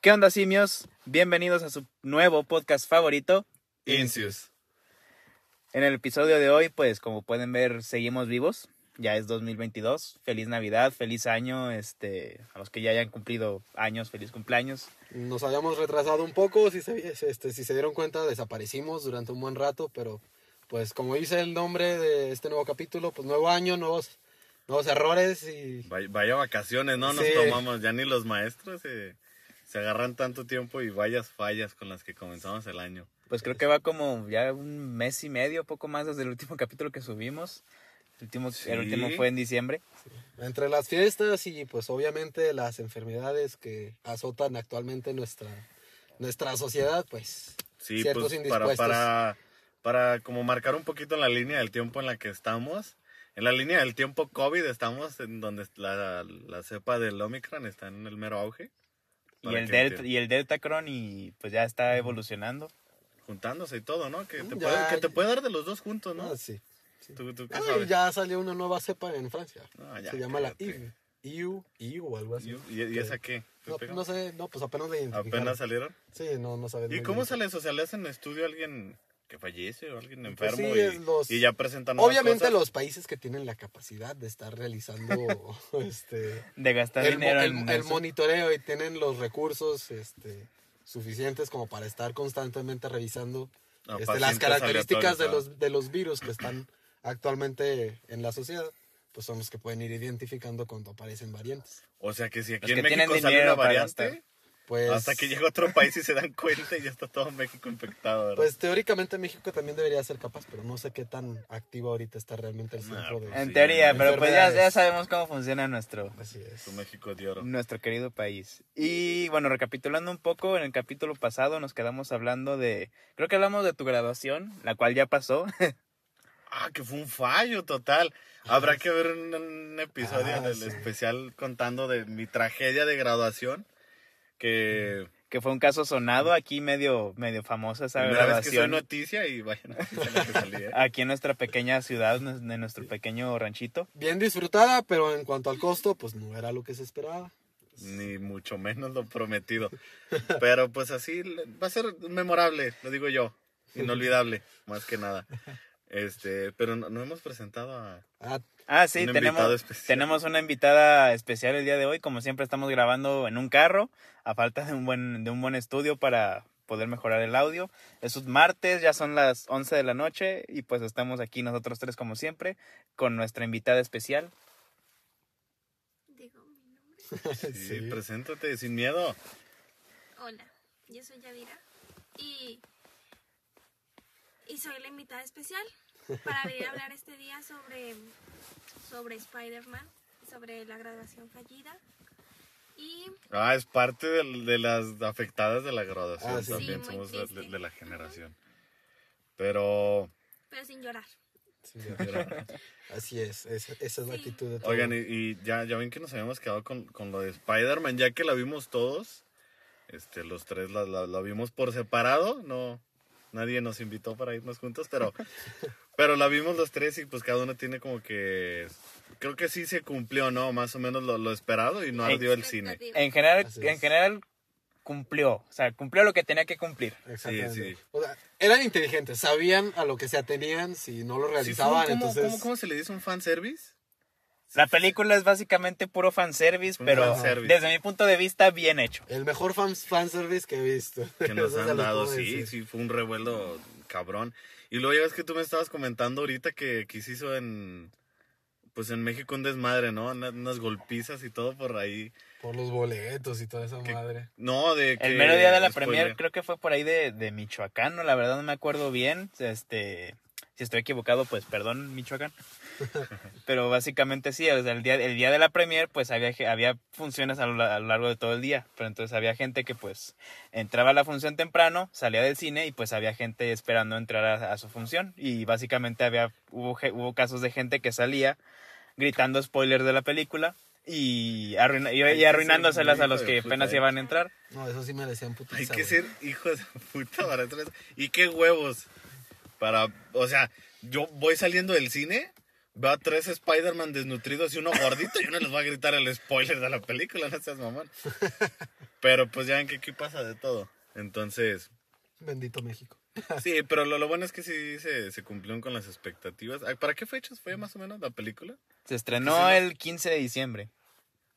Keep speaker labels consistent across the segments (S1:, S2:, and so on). S1: ¿Qué onda, simios? Bienvenidos a su nuevo podcast favorito.
S2: Incius.
S1: En el episodio de hoy, pues como pueden ver, seguimos vivos. Ya es 2022. Feliz Navidad, feliz año. Este, a los que ya hayan cumplido años, feliz cumpleaños.
S3: Nos habíamos retrasado un poco, si se, este, si se dieron cuenta, desaparecimos durante un buen rato, pero pues como dice el nombre de este nuevo capítulo, pues nuevo año, nuevos, nuevos errores y...
S2: Vaya, vaya vacaciones, ¿no? Nos
S3: Sí.
S2: tomamos, ya ni los maestros eh, se agarran tanto tiempo y vayas fallas con las que comenzamos el año.
S1: Pues creo que va como ya un mes y medio, poco más desde el último capítulo que subimos. El último, el último
S2: Sí.
S1: fue en diciembre.
S3: Entre las fiestas y pues obviamente las enfermedades que azotan actualmente nuestra, nuestra sociedad, pues
S2: Sí,
S3: Ciertos
S2: pues para,
S3: indispuestos.
S2: para, para como marcar un poquito la línea del tiempo en la que estamos. En la línea del tiempo COVID estamos en donde la, la cepa del Omicron está en el mero auge.
S1: Y
S2: Para
S1: el,
S2: que
S1: Delta,
S2: entiendan.
S1: y el Deltacron y pues ya está evolucionando.
S2: Juntándose y todo, ¿no? Que te,
S3: Mm,
S2: puede,
S3: ya,
S2: que te
S3: ya.
S2: puede dar de los dos juntos, ¿no?
S3: no, sí.
S2: ¿Tú, tú qué
S3: Ay,
S2: sabes?
S3: ya salió una nueva cepa en Francia.
S2: No, ya,
S3: se llama
S2: cállate.
S3: la IU, IU o algo así.
S2: ¿Y, y- y esa qué?
S3: No,
S2: ¿Te
S3: no sé, no, pues apenas la identificaron.
S2: ¿Apenas salieron?
S3: Sí, no, no saben muy
S2: ¿Y cómo
S3: bien.
S2: se les, o sea, le hacen estudio a alguien que fallece o alguien enfermo
S3: Pues sí,
S2: y-
S3: es
S2: y,
S3: los-
S2: ya presentan nuevas
S3: Obviamente
S2: cosas?
S3: los países que tienen la capacidad de estar realizando este,
S1: De gastar
S3: el, mo-
S1: dinero
S3: el-
S1: en
S3: el
S1: eso.
S3: monitoreo y tienen los recursos este, suficientes como para estar constantemente revisando
S2: A
S3: este, las
S2: pacientes
S3: características de
S2: aleatorios,
S3: los, de los virus que están actualmente en la sociedad, pues son los que pueden ir identificando cuando aparecen variantes.
S2: O sea que si aquí
S1: Los que
S2: en
S1: tienen
S2: México sale una
S1: dinero para
S2: variante,
S1: gastar.
S3: Pues,
S2: hasta que llega a otro país y se dan cuenta y ya está todo México infectado, ¿verdad?
S3: Pues teóricamente México también debería ser capaz, pero no sé qué tan activo ahorita está realmente el
S2: Nah,
S3: centro de...
S1: En
S2: Sí,
S1: teoría, pero pues ya,
S3: enfermedades.
S1: ya sabemos cómo funciona nuestro,
S3: Así es.
S2: Su México de oro.
S1: nuestro querido país. Y bueno, recapitulando un poco, en el capítulo pasado nos quedamos hablando de, creo que hablamos de tu graduación, la cual ya pasó.
S2: Ah, que fue un fallo total. Habrá que ver un, un episodio
S3: Ah,
S2: en el
S3: sí.
S2: especial contando de mi tragedia de graduación. Que
S1: que fue un caso sonado aquí medio medio famosa esa
S2: primera vez que soy
S1: grabación
S2: noticia y vayan a ver lo que salí, ¿eh?
S1: aquí en nuestra pequeña ciudad en en nuestro pequeño ranchito
S3: Bien disfrutada, pero en cuanto al costo, pues no era lo que se esperaba.
S2: ni mucho menos lo prometido. Pero pues así le- va a ser memorable, lo digo yo, inolvidable, más que nada. Este, pero no, no hemos presentado a
S3: Ah,
S1: ah sí
S2: Un invitado
S1: tenemos
S2: especial.
S1: tenemos una invitada especial el día de hoy como siempre estamos grabando en un carro a falta de un buen de un buen estudio para poder mejorar el audio es un martes ya son las 11 de la noche y pues estamos aquí nosotros tres como siempre con nuestra invitada especial
S4: Digo mi nombre.
S2: sí,
S3: Sí.
S2: preséntate sin miedo.
S4: Hola, yo soy Yadira y, y soy la invitada especial para venir a hablar este día sobre, sobre Spider-Man, sobre la graduación fallida. Y
S2: Ah, es parte del- de, las afectadas de la graduación
S3: Ah, sí.
S2: también,
S4: Sí, muy
S2: somos de,
S4: triste.
S2: de la generación. Pero
S4: pero sin llorar.
S3: sí, así es, es- esa es la
S4: Sí.
S3: actitud de todo.
S2: Oigan, y, y ya, ya ven que nos habíamos quedado con, con lo de Spider-Man, ya que la vimos todos, este, los tres la, la- la vimos por separado, no, nadie nos invitó para irnos juntos, pero, pero la vimos los tres y pues cada uno tiene como que, creo que sí se cumplió, ¿no? Más o menos lo, lo esperado y no ardió el cine.
S4: Expectativa.
S1: en general
S3: Así
S1: en
S3: es.
S1: general cumplió o sea cumplió lo que tenía que cumplir
S3: Exactamente.
S2: sí, sí.
S3: O sea, eran inteligentes, sabían a lo que se atenían si no lo
S2: Sí, fue un-
S3: realizaban,
S2: ¿cómo,
S3: entonces...
S2: cómo- cómo se le dice un fanservice?
S1: La película es básicamente puro fanservice,
S2: Un
S1: pero
S2: fanservice.
S1: desde mi punto de vista, bien hecho.
S3: El mejor fan, fanservice que he visto.
S2: que nos
S3: Eso se
S2: han
S3: lo
S2: dado,
S3: puedo
S2: sí,
S3: decir.
S2: sí, fue un revuelo cabrón. Y luego ya ves que tú me estabas comentando ahorita que, que se hizo en, pues en México un desmadre, ¿no? Una- unas golpizas y todo por ahí.
S3: Por los boletos y toda esa
S2: Que-
S3: madre.
S2: No, de que...
S1: El mero día de la
S2: spoiler.
S1: premier creo que fue por ahí de, de Michoacán, ¿no? La verdad no me acuerdo bien. Este, si estoy equivocado, pues perdón, Michoacán. pero básicamente sí, o sea, el día, el día de la premier pues había, ge- había funciones a lo, la- a lo largo de todo el día. Pero entonces había gente que pues entraba a la función temprano, salía del cine y pues había gente esperando entrar a, a su función. Y básicamente había, hubo, ge- hubo casos de gente que salía gritando spoilers de la película. Y, arruina- y-
S2: Hay
S1: y
S2: que
S1: arruinándoselas
S2: ser
S1: a los
S2: muy hijo de
S1: que
S2: puta,
S1: apenas
S2: ¿eh?
S1: iban a entrar.
S3: No, eso sí me decían putiza,
S2: Hay que
S3: güey.
S2: ser hijos de puta para atrás. Y qué huevos. Para, o sea, yo voy saliendo del cine, Veo a tres Spider-Man desnutridos y uno gordito y uno les va a gritar el spoiler de la película, no seas mamón. Pero pues ya ven que aquí pasa de todo. Entonces,
S3: Bendito México.
S2: sí, pero lo, lo bueno es que sí se, se cumplieron con las expectativas. Ah, ¿Para qué fechas fue más o menos la película?
S1: Se estrenó el 15 de diciembre.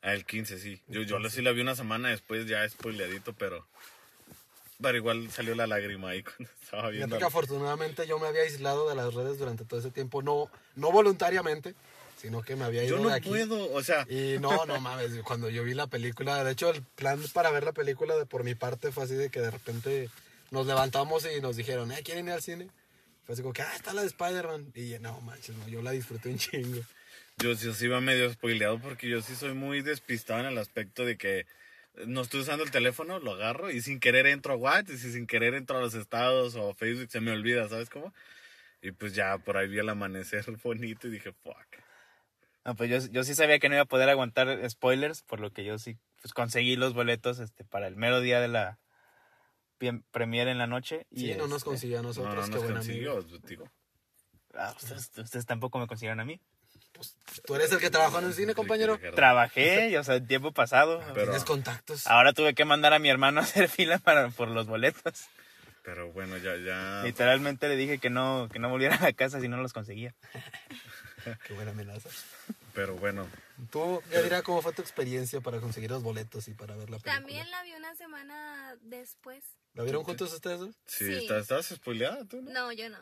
S2: Ah, el 15, sí. Yo, yo la- sí la vi una semana después, ya spoileadito, pero... Pero igual salió la lágrima ahí cuando estaba viendo.
S3: Fíjate que afortunadamente yo me había aislado de las redes durante todo ese tiempo, no, no voluntariamente, sino que me había ido
S2: Yo no
S3: de aquí.
S2: puedo, o sea...
S3: Y no, no mames, cuando yo vi la película, de hecho el plan para ver la película de por mi parte fue así de que de repente nos levantamos y nos dijeron, eh, ¿quieren ir al cine? Fue así como que, ah, está la de Spider-Man. Y yo, no manches, no, yo la disfruté un chingo.
S2: Yo, sí- sí iba medio spoileado porque yo sí soy muy despistado en el aspecto de que eh, no estoy usando el teléfono, lo agarro y sin querer entro a WhatsApp y si sin querer entro a los estados o a Facebook se me olvida, ¿sabes cómo? Y pues ya por ahí vi el amanecer bonito y dije, fuck.
S1: Ah, pues yo, yo sí sabía que no iba a poder aguantar spoilers, por lo que yo sí pues, conseguí los boletos este, para el mero día de la piem- premiere en la noche. Y
S3: Sí, no nos
S1: este,
S3: consiguió a
S2: No, no
S3: nosotros, qué
S2: nos
S3: buen amigo.
S2: consiguió, digo.
S1: ah, ustedes, ustedes tampoco me consiguieron a mí.
S3: Pues, Tú eres el que trabajó en el cine, compañero.
S1: Trabajé, o sea, el tiempo pasado.
S2: Pero-
S3: Tienes contactos.
S1: Ahora tuve que mandar a mi hermano a hacer fila para, por los boletos.
S3: Ah,
S2: Pero bueno, ya,
S3: pues.
S2: ya.
S1: Literalmente le dije que no, que no volviera a la casa si no los conseguía.
S3: Qué buena amenaza.
S2: Pero bueno,
S3: Tú, ya dirá cómo fue tu experiencia para conseguir los boletos y para ver la película.
S4: También la vi una semana después.
S3: ¿La vieron juntos ustedes? dos?
S2: si
S4: Sí.
S2: estás, estás spoileada tú, ¿no?
S4: No, yo no.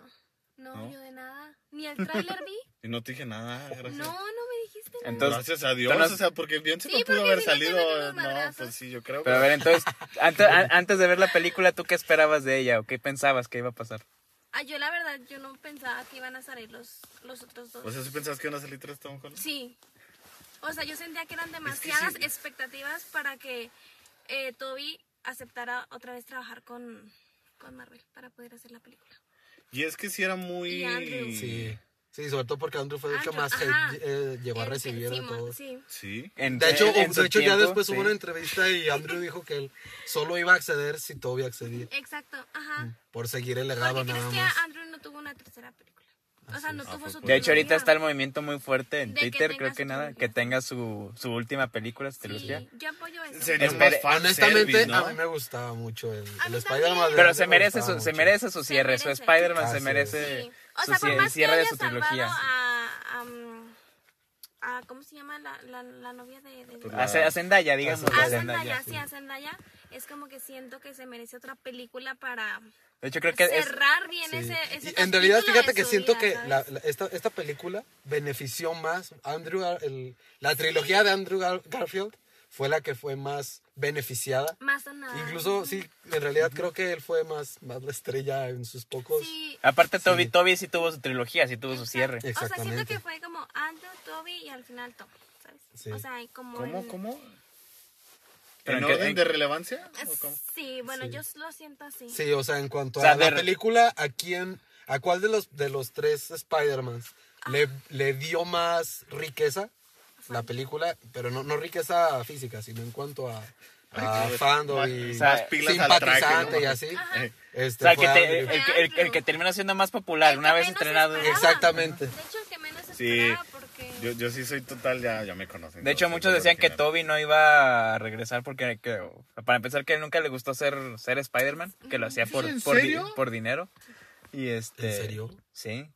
S4: No,
S2: ¿No?
S4: yo de nada. Ni el tráiler vi.
S2: Y no te dije nada, gracias.
S4: No, no me dijiste nada.
S1: Entonces,
S2: gracias a Dios,
S1: entonces-
S2: o sea, porque bien se
S4: Sí,
S2: me pudo
S4: porque
S2: haber
S4: si no te
S2: salido.
S4: meten los
S2: No,
S4: madrazos.
S2: pues sí, yo creo.
S1: Pero a ver, entonces, antes, a- antes de ver la película, ¿tú qué esperabas de ella o qué pensabas que iba a pasar?
S4: Ah, yo la verdad, yo no pensaba que iban a salir los, los otros dos.
S2: O sea, ¿sí pensabas que iban a salir tres Tom Holland?
S4: Sí. O sea, yo sentía que eran demasiadas
S2: sí.
S4: expectativas para que eh, Toby aceptara otra vez trabajar con, con Marvel para poder hacer la película.
S2: Y es que sí era muy...
S4: Y Andrew.
S3: Sí. Sí, sobre todo porque Andrew fue el que
S4: Andrew,
S3: más hate
S4: ajá.
S3: eh, llegó a
S4: El que-
S3: recibir de
S4: sí, mo-
S3: todos.
S4: Sí.
S2: Sí.
S1: En-
S3: De hecho,
S1: en- en
S3: de
S1: su
S3: hecho ya
S1: tiempo,
S3: después
S1: sí.
S3: hubo una entrevista y Andrew dijo que él solo iba a acceder si Toby accedía.
S4: Exacto, ajá.
S3: Por seguir el
S4: ¿Por
S3: legado
S4: qué
S3: Mm. nada
S4: crees que
S3: más.
S4: Andrew no tuvo una tercera película? O sea, no tuvo su
S2: fue por-
S1: Ah, De hecho, ahorita
S4: trilogía.
S1: está el movimiento muy fuerte en
S4: De que
S1: Twitter,
S4: tenga
S1: creo
S4: su
S1: que nada,
S4: trilogía.
S1: que tenga su, su última película, su trilogía.
S4: Sí, yo apoyo eso.
S2: Sería
S1: Espere,
S2: más fan
S3: Honestamente,
S2: service, ¿no?
S3: a mí me gustaba mucho el, el
S4: también.
S3: Spider-Man. de
S1: Pero
S3: Andrew
S1: se
S3: me
S1: merece
S3: gustaba
S1: su, se
S3: mucho.
S1: merece su
S4: Se
S1: cierre, su
S4: merece.
S1: Spiderman se
S3: Así
S1: merece
S4: Sí. O
S1: su
S4: sea, por
S1: cie-
S4: más que
S1: cierre
S4: haya
S1: de su trilogía.
S4: salvado a, a, mm, a- ¿Cómo se llama la, la, la novia de... de-
S2: Pues la-
S1: A, Ce- a Zendaya, digamos.
S3: A
S4: a
S1: a Zendaya.
S4: Zendaya, sí, a Zendaya. Es como que siento que se merece otra película para
S1: De hecho, creo que es,
S4: cerrar bien
S3: Sí.
S4: ese,
S3: Y
S4: ese
S3: en realidad,
S4: capítulo
S3: fíjate
S4: de
S3: que
S4: su
S3: siento
S4: vida,
S3: que
S4: ¿sabes?
S3: la- la- esta, esta película benefició más Andrew, Gar- el- la trilogía de Andrew Gar- Garfield fue la que fue más beneficiada.
S4: Más sonada.
S3: Incluso, sí, en realidad creo que él fue más, más la estrella en sus pocos.
S4: Sí.
S1: aparte Toby, Toby sí tuvo su trilogía, sí tuvo su cierre.
S4: O sea, siento
S3: Exactamente.
S4: que fue como Andrew, Toby y al final Tom, ¿sabes?
S3: Sí.
S4: O sea, como...
S2: ¿Cómo,
S4: en-
S2: cómo?
S1: Pero
S2: ¿En
S1: en qué-
S2: orden
S1: en-
S2: de relevancia? ¿O cómo?
S4: Sí, bueno, yo lo siento así.
S3: Sí, o sea, en cuanto
S1: O sea,
S3: a la
S1: de-
S3: película, ¿a quién, a cuál de los, de los tres Spider-Mans le, le dio más riqueza la película? Pero no, no riqueza física, sino en cuanto a, a
S2: Ay,
S3: fandom
S2: más-
S3: y
S1: más
S2: pilas al traje,
S3: Ah, simpatizante
S2: ¿no?
S3: y así.
S4: Ajá.
S1: O
S3: Este,
S1: sea, el que,
S3: fue
S1: te- eh, el,
S3: Andrew.
S1: que- el que- el que termina siendo más popular
S4: El
S1: una
S4: que
S1: vez
S4: menos
S1: estrenado.
S4: esperaba.
S3: Exactamente.
S4: De hecho, el que menos
S2: Sí.
S4: esperaba porque...
S2: Yo, yo sí soy total, ya, ya me conocen.
S1: De hecho,
S2: Yo soy
S1: muchos
S2: el
S1: decían que
S2: original.
S1: Toby no iba a regresar porque, que- para empezar, que nunca le gustó ser, ser Spider-Man, que lo hacía por,
S2: ¿En
S1: por, di-
S2: serio?
S1: por dinero. Y este,
S3: ¿En serio?
S1: Sí.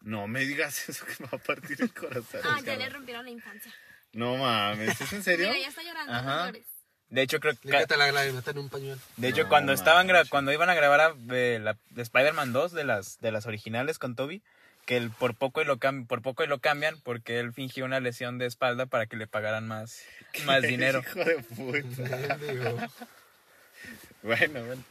S2: No me digas eso que me va a partir el corazón.
S4: Ah, ya le rompieron la infancia.
S2: No mames, ¿es en serio?
S4: Mira, ya está llorando.
S1: Ajá.
S4: no llores.
S1: De hecho, creo que...
S3: Límpiate la lágrima, está en un pañuelo.
S1: De hecho,
S2: No
S1: cuando estaban gra-
S2: manches.
S1: cuando iban a grabar a- de, la- de Spider-Man 2 de las de las originales con Toby, que el, por poco y lo cam- por poco y lo cambian porque él fingió una lesión de espalda para que le pagaran más más dinero.
S2: Hijo de puta.
S3: Digo,
S2: Bueno, bueno.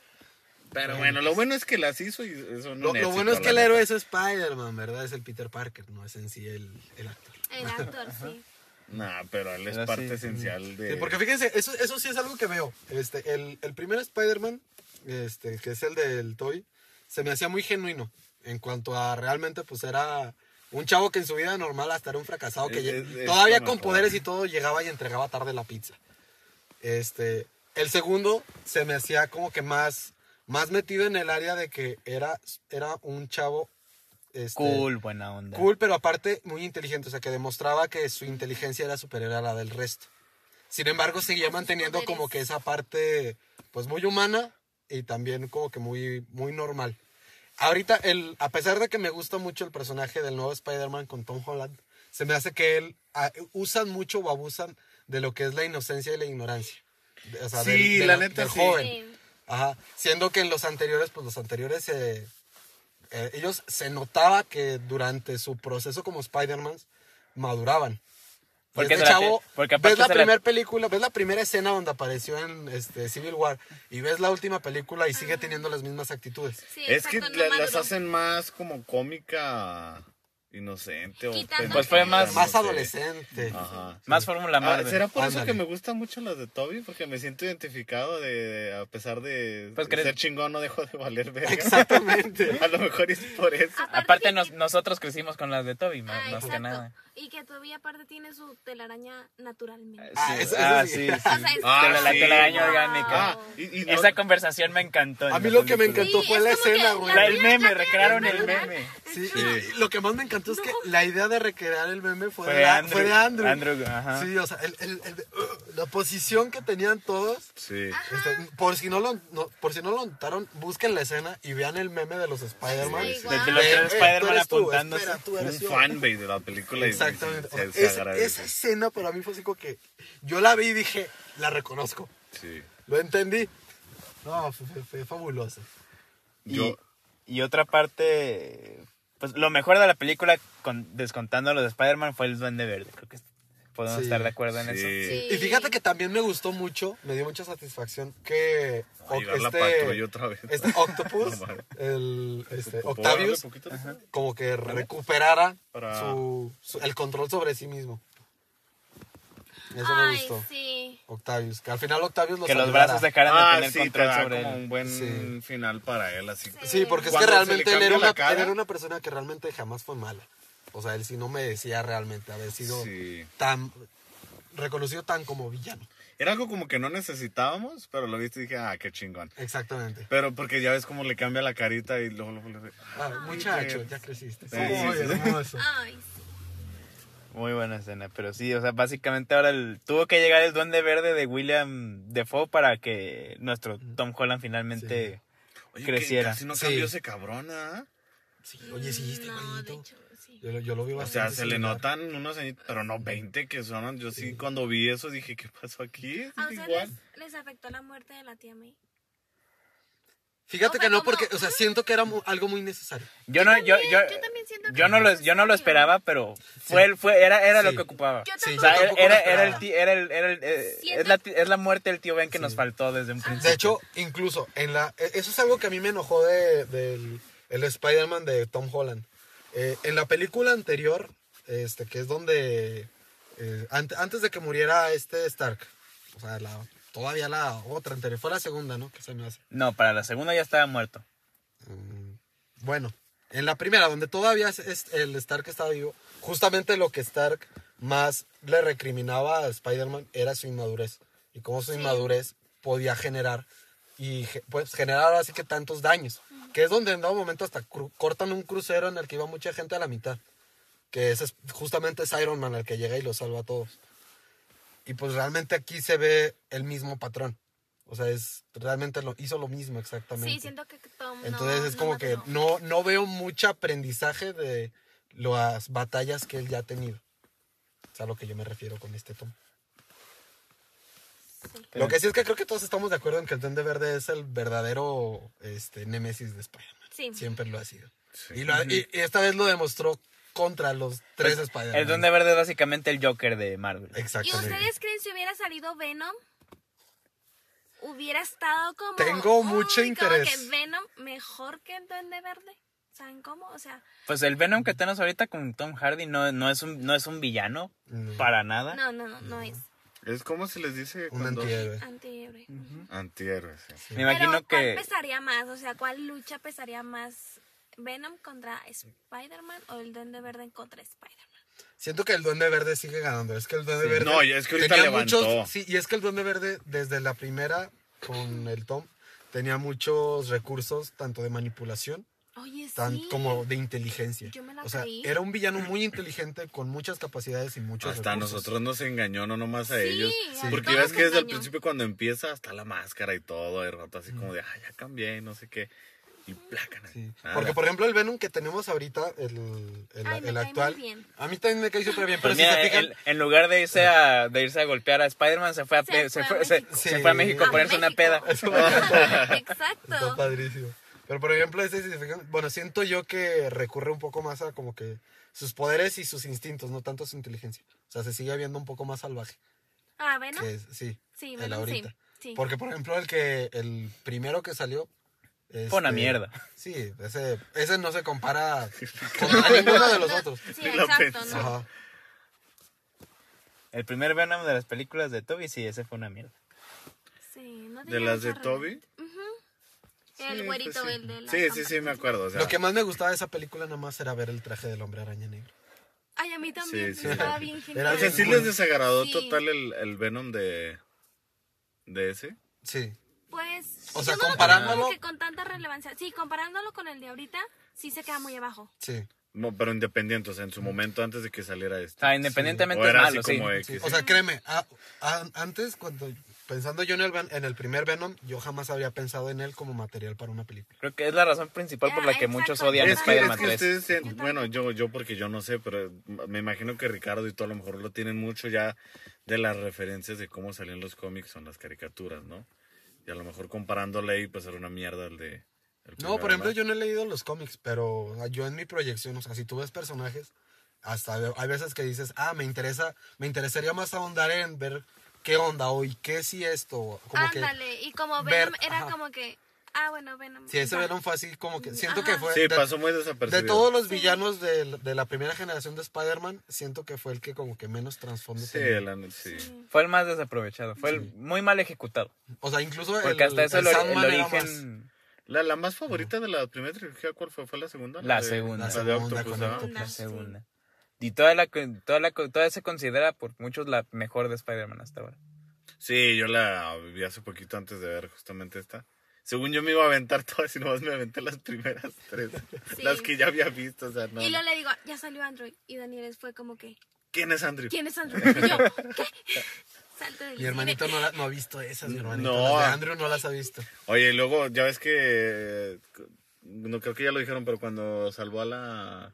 S2: Pero bueno, lo bueno es que las hizo y eso no
S3: Lo, lo bueno es que el héroe es Spider-Man, ¿verdad? Es el Peter Parker, no es en sí el, el actor.
S4: El actor, sí.
S2: Nah, pero él es
S1: Pero
S2: parte
S1: sí.
S2: esencial de.
S3: Sí, porque fíjense, eso, eso sí es algo que veo. Este, el, el primer Spider-Man, este, que es el del Toy, se me hacía muy genuino. En cuanto a realmente, pues era un chavo que en su vida normal hasta era un fracasado que
S2: Es-
S3: lle-
S2: es- es
S3: todavía
S2: lo
S3: con
S2: mejor.
S3: poderes y todo llegaba y entregaba tarde la pizza. Este, el segundo se me hacía como que más, más metido en el área de que era, era un chavo este,
S1: Cool, buena onda.
S3: cool, pero aparte muy inteligente, o sea, que demostraba que su inteligencia era superior a la del resto. Sin embargo, seguía
S4: sus
S3: manteniendo como
S4: poderes.
S3: que esa parte, pues muy humana y también como que muy, muy normal. Ahorita, el, a pesar de que me gusta mucho el personaje del nuevo Spider-Man con Tom Holland, se me hace que él ah, usan mucho o abusan de lo que es la inocencia y la ignorancia. De- o sea,
S2: Sí,
S3: del- del-
S2: la neta,
S3: del
S2: sí.
S3: joven.
S4: Sí.
S3: Ajá. Siendo que en los anteriores, pues los anteriores, eh, eh, ellos se notaba que durante su proceso como Spider-Man maduraban. Y
S1: Porque
S3: este
S1: se la
S3: chavo,
S1: ti- porque aparte
S3: ves la
S1: se la-
S3: primera película, ves la primera escena donde apareció en este, Civil War y ves la última película y sigue teniendo las mismas actitudes.
S4: Sí,
S2: es que
S4: exacto, no
S2: la- las
S4: maduró.
S2: hacen más como cómica inocente o
S4: Quitando
S2: pendeja,
S1: Pues fue más-
S2: no
S3: Más
S2: sé.
S3: adolescente.
S2: Ajá.
S1: Más Fórmula
S2: Ah,
S1: Marvel.
S2: ¿Será por eso
S3: Ándale.
S2: que me gustan mucho las de Toby? Porque me siento identificado de, de- a pesar de
S1: Pues
S2: ser
S1: crees-
S2: chingón, no dejo de valer verga.
S3: Exactamente.
S2: A lo mejor es por eso.
S1: Aparte,
S4: que-
S1: nos- nosotros crecimos con las de Toby, más,
S4: Ah,
S1: más que
S4: exacto.
S1: nada.
S4: Y que todavía aparte tiene su telaraña naturalmente.
S3: Ah, eso- eso
S1: ah,
S3: sí.
S1: sí, sí.
S4: O sea, es-
S2: Ah,
S1: Tela- la
S2: sí.
S1: telaraña
S4: Wow.
S1: orgánica.
S2: Ah, y, y no-
S1: Esa conversación me encantó. en
S3: A mí
S1: la
S3: lo que me
S1: película.
S3: encantó fue
S4: es
S3: la
S4: como que
S3: escena,
S4: la
S3: güey.
S1: La- el
S4: mía-
S1: meme, recrearon el meme.
S3: Sí, y lo que más me encantó es que la idea de recrear el meme fue,
S1: Fue
S3: de, la-
S1: Andrew.
S3: fue de Andrew.
S1: Andrew, ajá.
S3: Sí, o sea, el- el- el- la posición que tenían todos.
S2: Sí.
S3: este, por, si no lo, no- por si no lo notaron, busquen la escena y vean el meme de los Spider-Man.
S4: Sí, sí, sí.
S3: De-
S4: De
S1: que los
S3: eh,
S1: tres
S3: eh,
S1: Spider-Man
S3: tú eres tú,
S1: apuntándose.
S3: espera, tú
S2: Un
S3: eres yo.
S2: fanbase de la película. y-
S3: Exactamente.
S2: y se-
S3: O
S2: se
S3: sea, es-
S2: agradece.
S3: esa escena para mí fue así como que yo la vi y dije, la reconozco.
S2: Sí.
S3: Lo entendí. No, fue, fue- fue fabuloso.
S1: Y,
S2: Yo,
S1: y otra parte, pues lo mejor de la película, con- descontando los de Spider-Man, fue el Duende Verde. Creo que podemos
S3: Sí.
S1: estar de acuerdo en
S2: Sí.
S1: eso.
S4: Sí.
S3: Y fíjate que también me gustó mucho, me dio mucha satisfacción que
S2: Ay,
S3: oc-
S2: ver la patrulla otra vez.
S3: este Octopus,
S2: No mames.
S3: el este,
S2: ¿Puedo
S3: Octavius,
S2: darle poquito?
S3: como que recuperara
S2: Para-
S3: su, su- el control sobre sí mismo. Eso me
S4: Ay,
S3: gustó.
S4: sí.
S3: Octavius, que al final Octavius los
S1: Que los
S3: ayudara.
S1: brazos dejaran de
S2: Ah,
S1: tener
S2: sí, te
S1: control
S2: da
S1: sobre
S2: como
S1: él.
S2: un buen
S3: Sí.
S2: final para él, así.
S3: Sí, porque es que
S2: Cuando se le
S3: realmente él
S2: cambia la
S3: era una,
S2: cara.
S3: él era una persona que realmente jamás fue mala. O sea, él sí no merecía realmente haber sido
S2: Sí.
S3: tan reconocido tan como villano.
S2: Era algo como que no necesitábamos, pero lo viste y dije, ah, qué chingón.
S3: Exactamente.
S2: Pero porque ya ves cómo le cambia la carita y luego... luego le-
S3: Ah, muchacho, ya creciste.
S2: Sí,
S3: Ay,
S2: sí, sí.
S3: hermoso.
S4: Ay, sí.
S1: Muy buena escena, pero sí, o sea, básicamente ahora el- tuvo que llegar el Duende Verde de William Defoe para que nuestro Tom Holland finalmente...
S2: Oye,
S1: Creciera.
S2: Que casi no
S3: Sí.
S2: cambió ese cabrón, ¿ah?
S3: Sí, oye, sí, está
S4: No, de
S3: igualito.
S4: hecho, sí.
S3: Yo, lo- yo lo vi
S2: O
S3: bastante.
S2: sea, se le
S3: similar.
S2: notan unos añitos, pero no 20 que son. Yo sí, cuando vi eso dije, ¿qué pasó aquí?
S4: ¿A
S2: Es
S4: ustedes
S2: igual.
S4: les afectó la muerte de la tía May?
S3: Fíjate
S4: o sea,
S3: que no,
S4: como-
S3: porque, o sea, siento que era mu- algo muy necesario.
S1: Yo no, yo,
S4: también,
S1: yo,
S4: yo también siento que
S1: yo no
S4: es
S1: lo, yo no lo
S4: necesario.
S1: esperaba, pero fue, el- fue, era, era lo
S3: Sí.
S1: que ocupaba.
S4: Yo
S3: Sí,
S1: O sea,
S4: tampoco.
S1: era,
S3: tampoco
S1: era-
S3: lo
S1: era el
S3: esperaba.
S1: ti- era el, era el- eh,
S4: Siento-
S1: es, la, ti- es la muerte del tío Ben que
S3: Sí.
S1: nos faltó desde un
S3: De
S1: principio.
S3: hecho, incluso, en la, e- eso es algo que a mí me enojó de- del el Spider-Man de Tom Holland. Eh, en la película anterior, este, que es donde, eh, ant- antes de que muriera este Stark, o sea, la, todavía la otra anterior, fue la segunda, ¿no? Que se me hace.
S1: No, para la segunda ya estaba muerto.
S3: Mm, Bueno, en la primera, donde todavía es, es- el Stark estaba vivo, justamente lo que Stark más le recriminaba a Spider-Man era su inmadurez. Y cómo su inmadurez podía generar y ge- pues generar así que tantos daños. Que es donde en dado momento hasta cru- cortan un crucero en el que iba mucha gente a la mitad. Que ese es justamente es Iron Man el que llega y los salva a todos. Y pues realmente aquí se ve el mismo patrón. O sea, es realmente lo, hizo lo mismo exactamente.
S4: Sí, siento que Tom. no-
S3: Entonces es
S4: no
S3: como
S4: mató,
S3: que no,
S4: no.
S3: no veo mucho aprendizaje de las batallas que él ya ha tenido. Es a lo que yo me refiero con este Tom. Lo que sí es que creo que todos estamos de acuerdo en que el Duende Verde es el verdadero este, némesis de Spider-Man.
S4: Sí.
S3: Siempre lo ha sido. Y, lo ha- y- y esta vez lo demostró contra los tres Spider-Man.
S1: Pues, El Duende Verde es básicamente el Joker de Marvel.
S4: ¿Y
S3: Exactamente.
S4: ustedes creen si hubiera salido Venom? Hubiera estado como.
S3: Tengo mucho
S4: uy, como
S3: interés.
S4: que Venom mejor que el Duende Verde. ¿Saben cómo? O sea,
S1: Pues el Venom que tenemos ahorita con Tom Hardy no, no, es, un, no es un villano
S3: No.
S1: para
S3: ¿Ah?
S1: nada.
S4: no, no, no, no es
S2: Es como se les dice
S3: Un
S2: cuando...
S3: antihéroe.
S4: antihéroe.
S2: Antihéroes, sí.
S1: Me imagino
S4: Pero, ¿Cuál
S1: que
S4: pesaría más? O sea, ¿cuál lucha pesaría más? ¿Venom contra Spider-Man o el Duende Verde contra Spider-Man?
S3: Siento que el Duende Verde sigue ganando. Es que el Duende Verde.
S2: No, y es que ahorita
S3: tenía
S2: levantó.
S3: muchos- sí, y es que el Duende Verde, desde la primera con el Tom, tenía muchos recursos, tanto de manipulación
S4: Oye,
S3: tan
S4: sí.
S3: como de inteligencia.
S4: Yo me la
S3: O sea,
S4: creí.
S3: era un villano muy inteligente con muchas capacidades y muchos
S2: Hasta a
S3: recursos.
S2: nosotros nos engañó, no nomás a
S4: Sí,
S2: ellos.
S4: Sí.
S3: a
S2: Porque
S4: todos
S2: ves que desde el
S4: engañó.
S2: principio cuando empieza hasta la máscara y todo, el rato así como de, ah, ya cambié, y no sé qué. Y placan.
S3: Sí.
S2: nada.
S3: Porque, por ejemplo, el Venom que tenemos ahorita, el, el,
S4: Ay, me
S3: el
S4: cae
S3: actual,
S4: muy bien.
S3: a mí también me cae súper bien, pero
S1: Pues
S3: si
S1: mira,
S3: se fijan,
S1: en, en lugar de irse a, de irse a golpear a Spider-Man, se fue a,
S4: Se
S1: se,
S4: fue a
S1: fue, se-
S4: México.
S1: se fue a
S3: Sí.
S1: México a
S4: A
S1: ponerse una
S4: México.
S1: peda.
S3: Eso me Está
S4: Exacto.
S3: padrísimo. Pero por ejemplo, ese, si se fijan, bueno, siento yo que recurre un poco más a como que sus poderes y sus instintos, no tanto su inteligencia. O sea, se sigue viendo un poco más salvaje.
S4: Ah, bueno.
S3: que es- sí,
S4: Sí,
S3: el
S4: bueno,
S3: ahorita.
S4: sí. sí.
S3: Porque por ejemplo, el que el primero que salió es
S1: Fue una mierda.
S3: Sí, ese, ese no se compara con a ninguno de los
S4: No,
S3: otros.
S4: Sí,
S2: Ni lo
S4: exacto,
S2: pensé.
S4: no.
S3: Ajá.
S1: El primer Venom de las películas de Toby, sí, ese fue una mierda.
S4: Sí, no
S2: ¿De
S4: tenía
S2: las de
S4: mucha
S2: Toby?
S4: El
S2: Sí,
S4: güerito,
S2: pues sí.
S4: el de la
S2: Sí, sí,
S4: campana.
S2: sí, me acuerdo. o sea,
S3: Lo que más me gustaba de esa película nada más era ver el traje del hombre araña negro.
S4: Ay, a mí también.
S2: Sí, sí.
S4: Estaba bien genial.
S3: Era
S2: o sea, sí
S3: Bueno.
S2: les desagradó
S4: Sí.
S2: total el, el Venom de, de ese.
S3: Sí.
S4: Pues.
S3: O sea,
S4: yo no lo
S3: comparándolo-
S4: conozco que con tanta relevancia. Sí, comparándolo con el de ahorita, sí se queda muy abajo.
S3: Sí.
S2: No, pero independiente, o sea, en su momento antes de que saliera
S1: O
S2: este.
S1: sea, independientemente
S2: O
S1: es
S2: era
S1: malo,
S2: así
S1: sí.
S2: como X.
S3: Sí, O sea, créeme, a- a- antes, cuando pensando yo en el, Ven- en el primer Venom, yo jamás habría pensado en él como material para una película.
S1: Creo que es la razón principal por la que
S4: Ah,
S1: muchos
S4: exacto.
S1: odian a
S2: Es que, es
S1: Spider-Man
S2: que
S3: este
S1: 3.
S2: ustedes, en- bueno, yo, yo porque yo no sé, pero me imagino que Ricardo y tú a lo mejor lo tienen mucho ya de las referencias de cómo salían los cómics o en las caricaturas, ¿no? Y a lo mejor comparándole ahí, pues era una mierda el de... el
S3: No,
S2: primer
S3: por ejemplo,
S2: Batman.
S3: yo no he leído los cómics, pero o sea, yo en mi proyección, o sea, si tú ves personajes, hasta de- hay veces que dices, ah, me interesa, me interesaría más ahondar en ver qué onda hoy, qué si esto, o como que...
S4: Ándale. Y como
S3: ver-
S4: Venom era
S3: ajá.
S4: como que. Ah, bueno, Venom.
S3: Si ese
S4: ya.
S3: Venom fue así, como que siento que
S4: Ajá.
S3: fue...
S2: Sí,
S3: de-
S2: pasó muy
S3: De
S2: desapercibido.
S3: todos los
S4: Sí.
S3: villanos del- de, la primera generación de Spider-Man, siento que fue el que como que menos trasfondo
S2: Sí,
S3: tenía.
S2: la ne- sí.
S1: Fue el más desaprovechado, fue el muy mal ejecutado.
S3: O sea, incluso el,
S1: Porque hasta eso
S3: el
S1: el, ori- el
S3: Sandman era más-
S1: origen...
S2: La, la más favorita de la primera trilogía, ¿cuál fue? ¿Fue la segunda?
S1: La
S2: de-
S1: segunda.
S2: La,
S3: La
S2: de
S3: segunda
S2: Octopus,
S3: con
S2: ¿no?
S3: Octopus.
S1: La
S4: Sí.
S1: segunda. Y toda la, toda la, toda se considera por muchos la mejor de Spider-Man hasta ahora.
S2: Sí, yo la vi hace poquito antes de ver justamente esta. Según yo me iba a aventar todas y nomás me aventé las primeras tres.
S4: Sí.
S2: Las que ya había visto, o sea, no.
S4: Y luego le digo, ya salió Android. Y Daniel fue como que,
S2: ¿Quién es Andrew?
S4: ¿quién es Android? Y yo, ¿qué? Salte del
S3: Mi hermanito
S4: cine.
S3: no, la- no ha visto esas, mi hermanito.
S2: No.
S3: Las de Andrew no las ha visto.
S2: Oye, y luego, ya ves que... eh, No creo que ya lo dijeron, pero cuando salvó a la...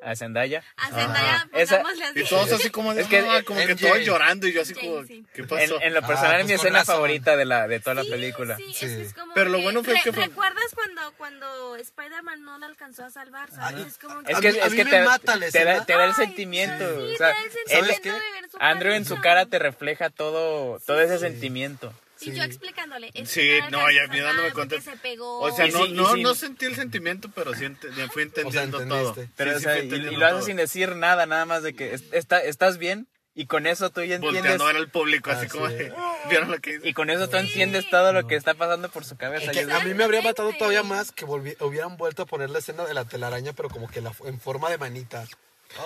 S1: A Zendaya.
S4: A Zendaya,
S1: Ajá. Esa-
S4: pongámosle así.
S2: Y todos así como de...
S1: Es que-
S2: "Ah", como que
S3: MJ.
S2: todos llorando y yo así como...
S4: Sí, sí.
S2: ¿Qué pasó?
S1: En, en lo
S3: Ah,
S1: personal es
S3: pues
S1: mi
S3: con
S1: escena
S3: razón.
S1: favorita de, la, de toda la
S4: Sí,
S1: película.
S4: Sí,
S3: Sí.
S4: Es que es como
S2: Pero lo bueno fue que fue-
S4: ¿Recuerdas cuando, cuando Spider-Man no la alcanzó a salvar? ¿sabes? es como que...
S1: Es
S3: A
S1: que,
S3: mí- a
S1: es
S3: mí
S1: que
S3: me
S1: te,
S3: mata la
S1: te, da,
S3: escena.
S1: te da el
S4: Ay,
S1: sentimiento.
S4: sí,
S1: o sea,
S4: da el
S1: él-
S4: sentimiento
S3: qué?
S4: de ver su
S1: Andrew en su
S4: cariño.
S1: cara te refleja todo, todo ese sentimiento.
S4: Y yo explicándole. es
S2: Sí,
S4: que la
S2: no, ya
S4: alcanzó a
S2: mí dándome
S4: salvar
S2: cuenta.
S4: porque Se pegó.
S2: O sea,
S1: Y
S2: no,
S1: sí, y
S2: no,
S1: sí.
S2: no sentí el sentimiento, pero sí ent- ya fui entendiendo todo.
S3: entendiste.
S1: Pero,
S2: Sí,
S1: o
S2: sí
S1: sea,
S2: fui
S1: y, y
S2: entendiendo
S1: lo hace
S2: todo.
S1: sin decir nada, nada más de que es- está, estás bien y con eso tú ya entiendes. Ah,
S2: Volteando a ver al público, así
S3: Así
S2: como
S3: es.
S2: de, ¿Vieron lo que hice?
S1: Y con eso tú entiendes todo lo que está pasando por su cabeza.
S3: Es que
S1: Y es- "Ah,
S3: a mí me habría matado
S4: Exactamente.
S3: todavía más que volvi- hubieran vuelto a poner la escena de la telaraña, pero como que la, en forma de manita.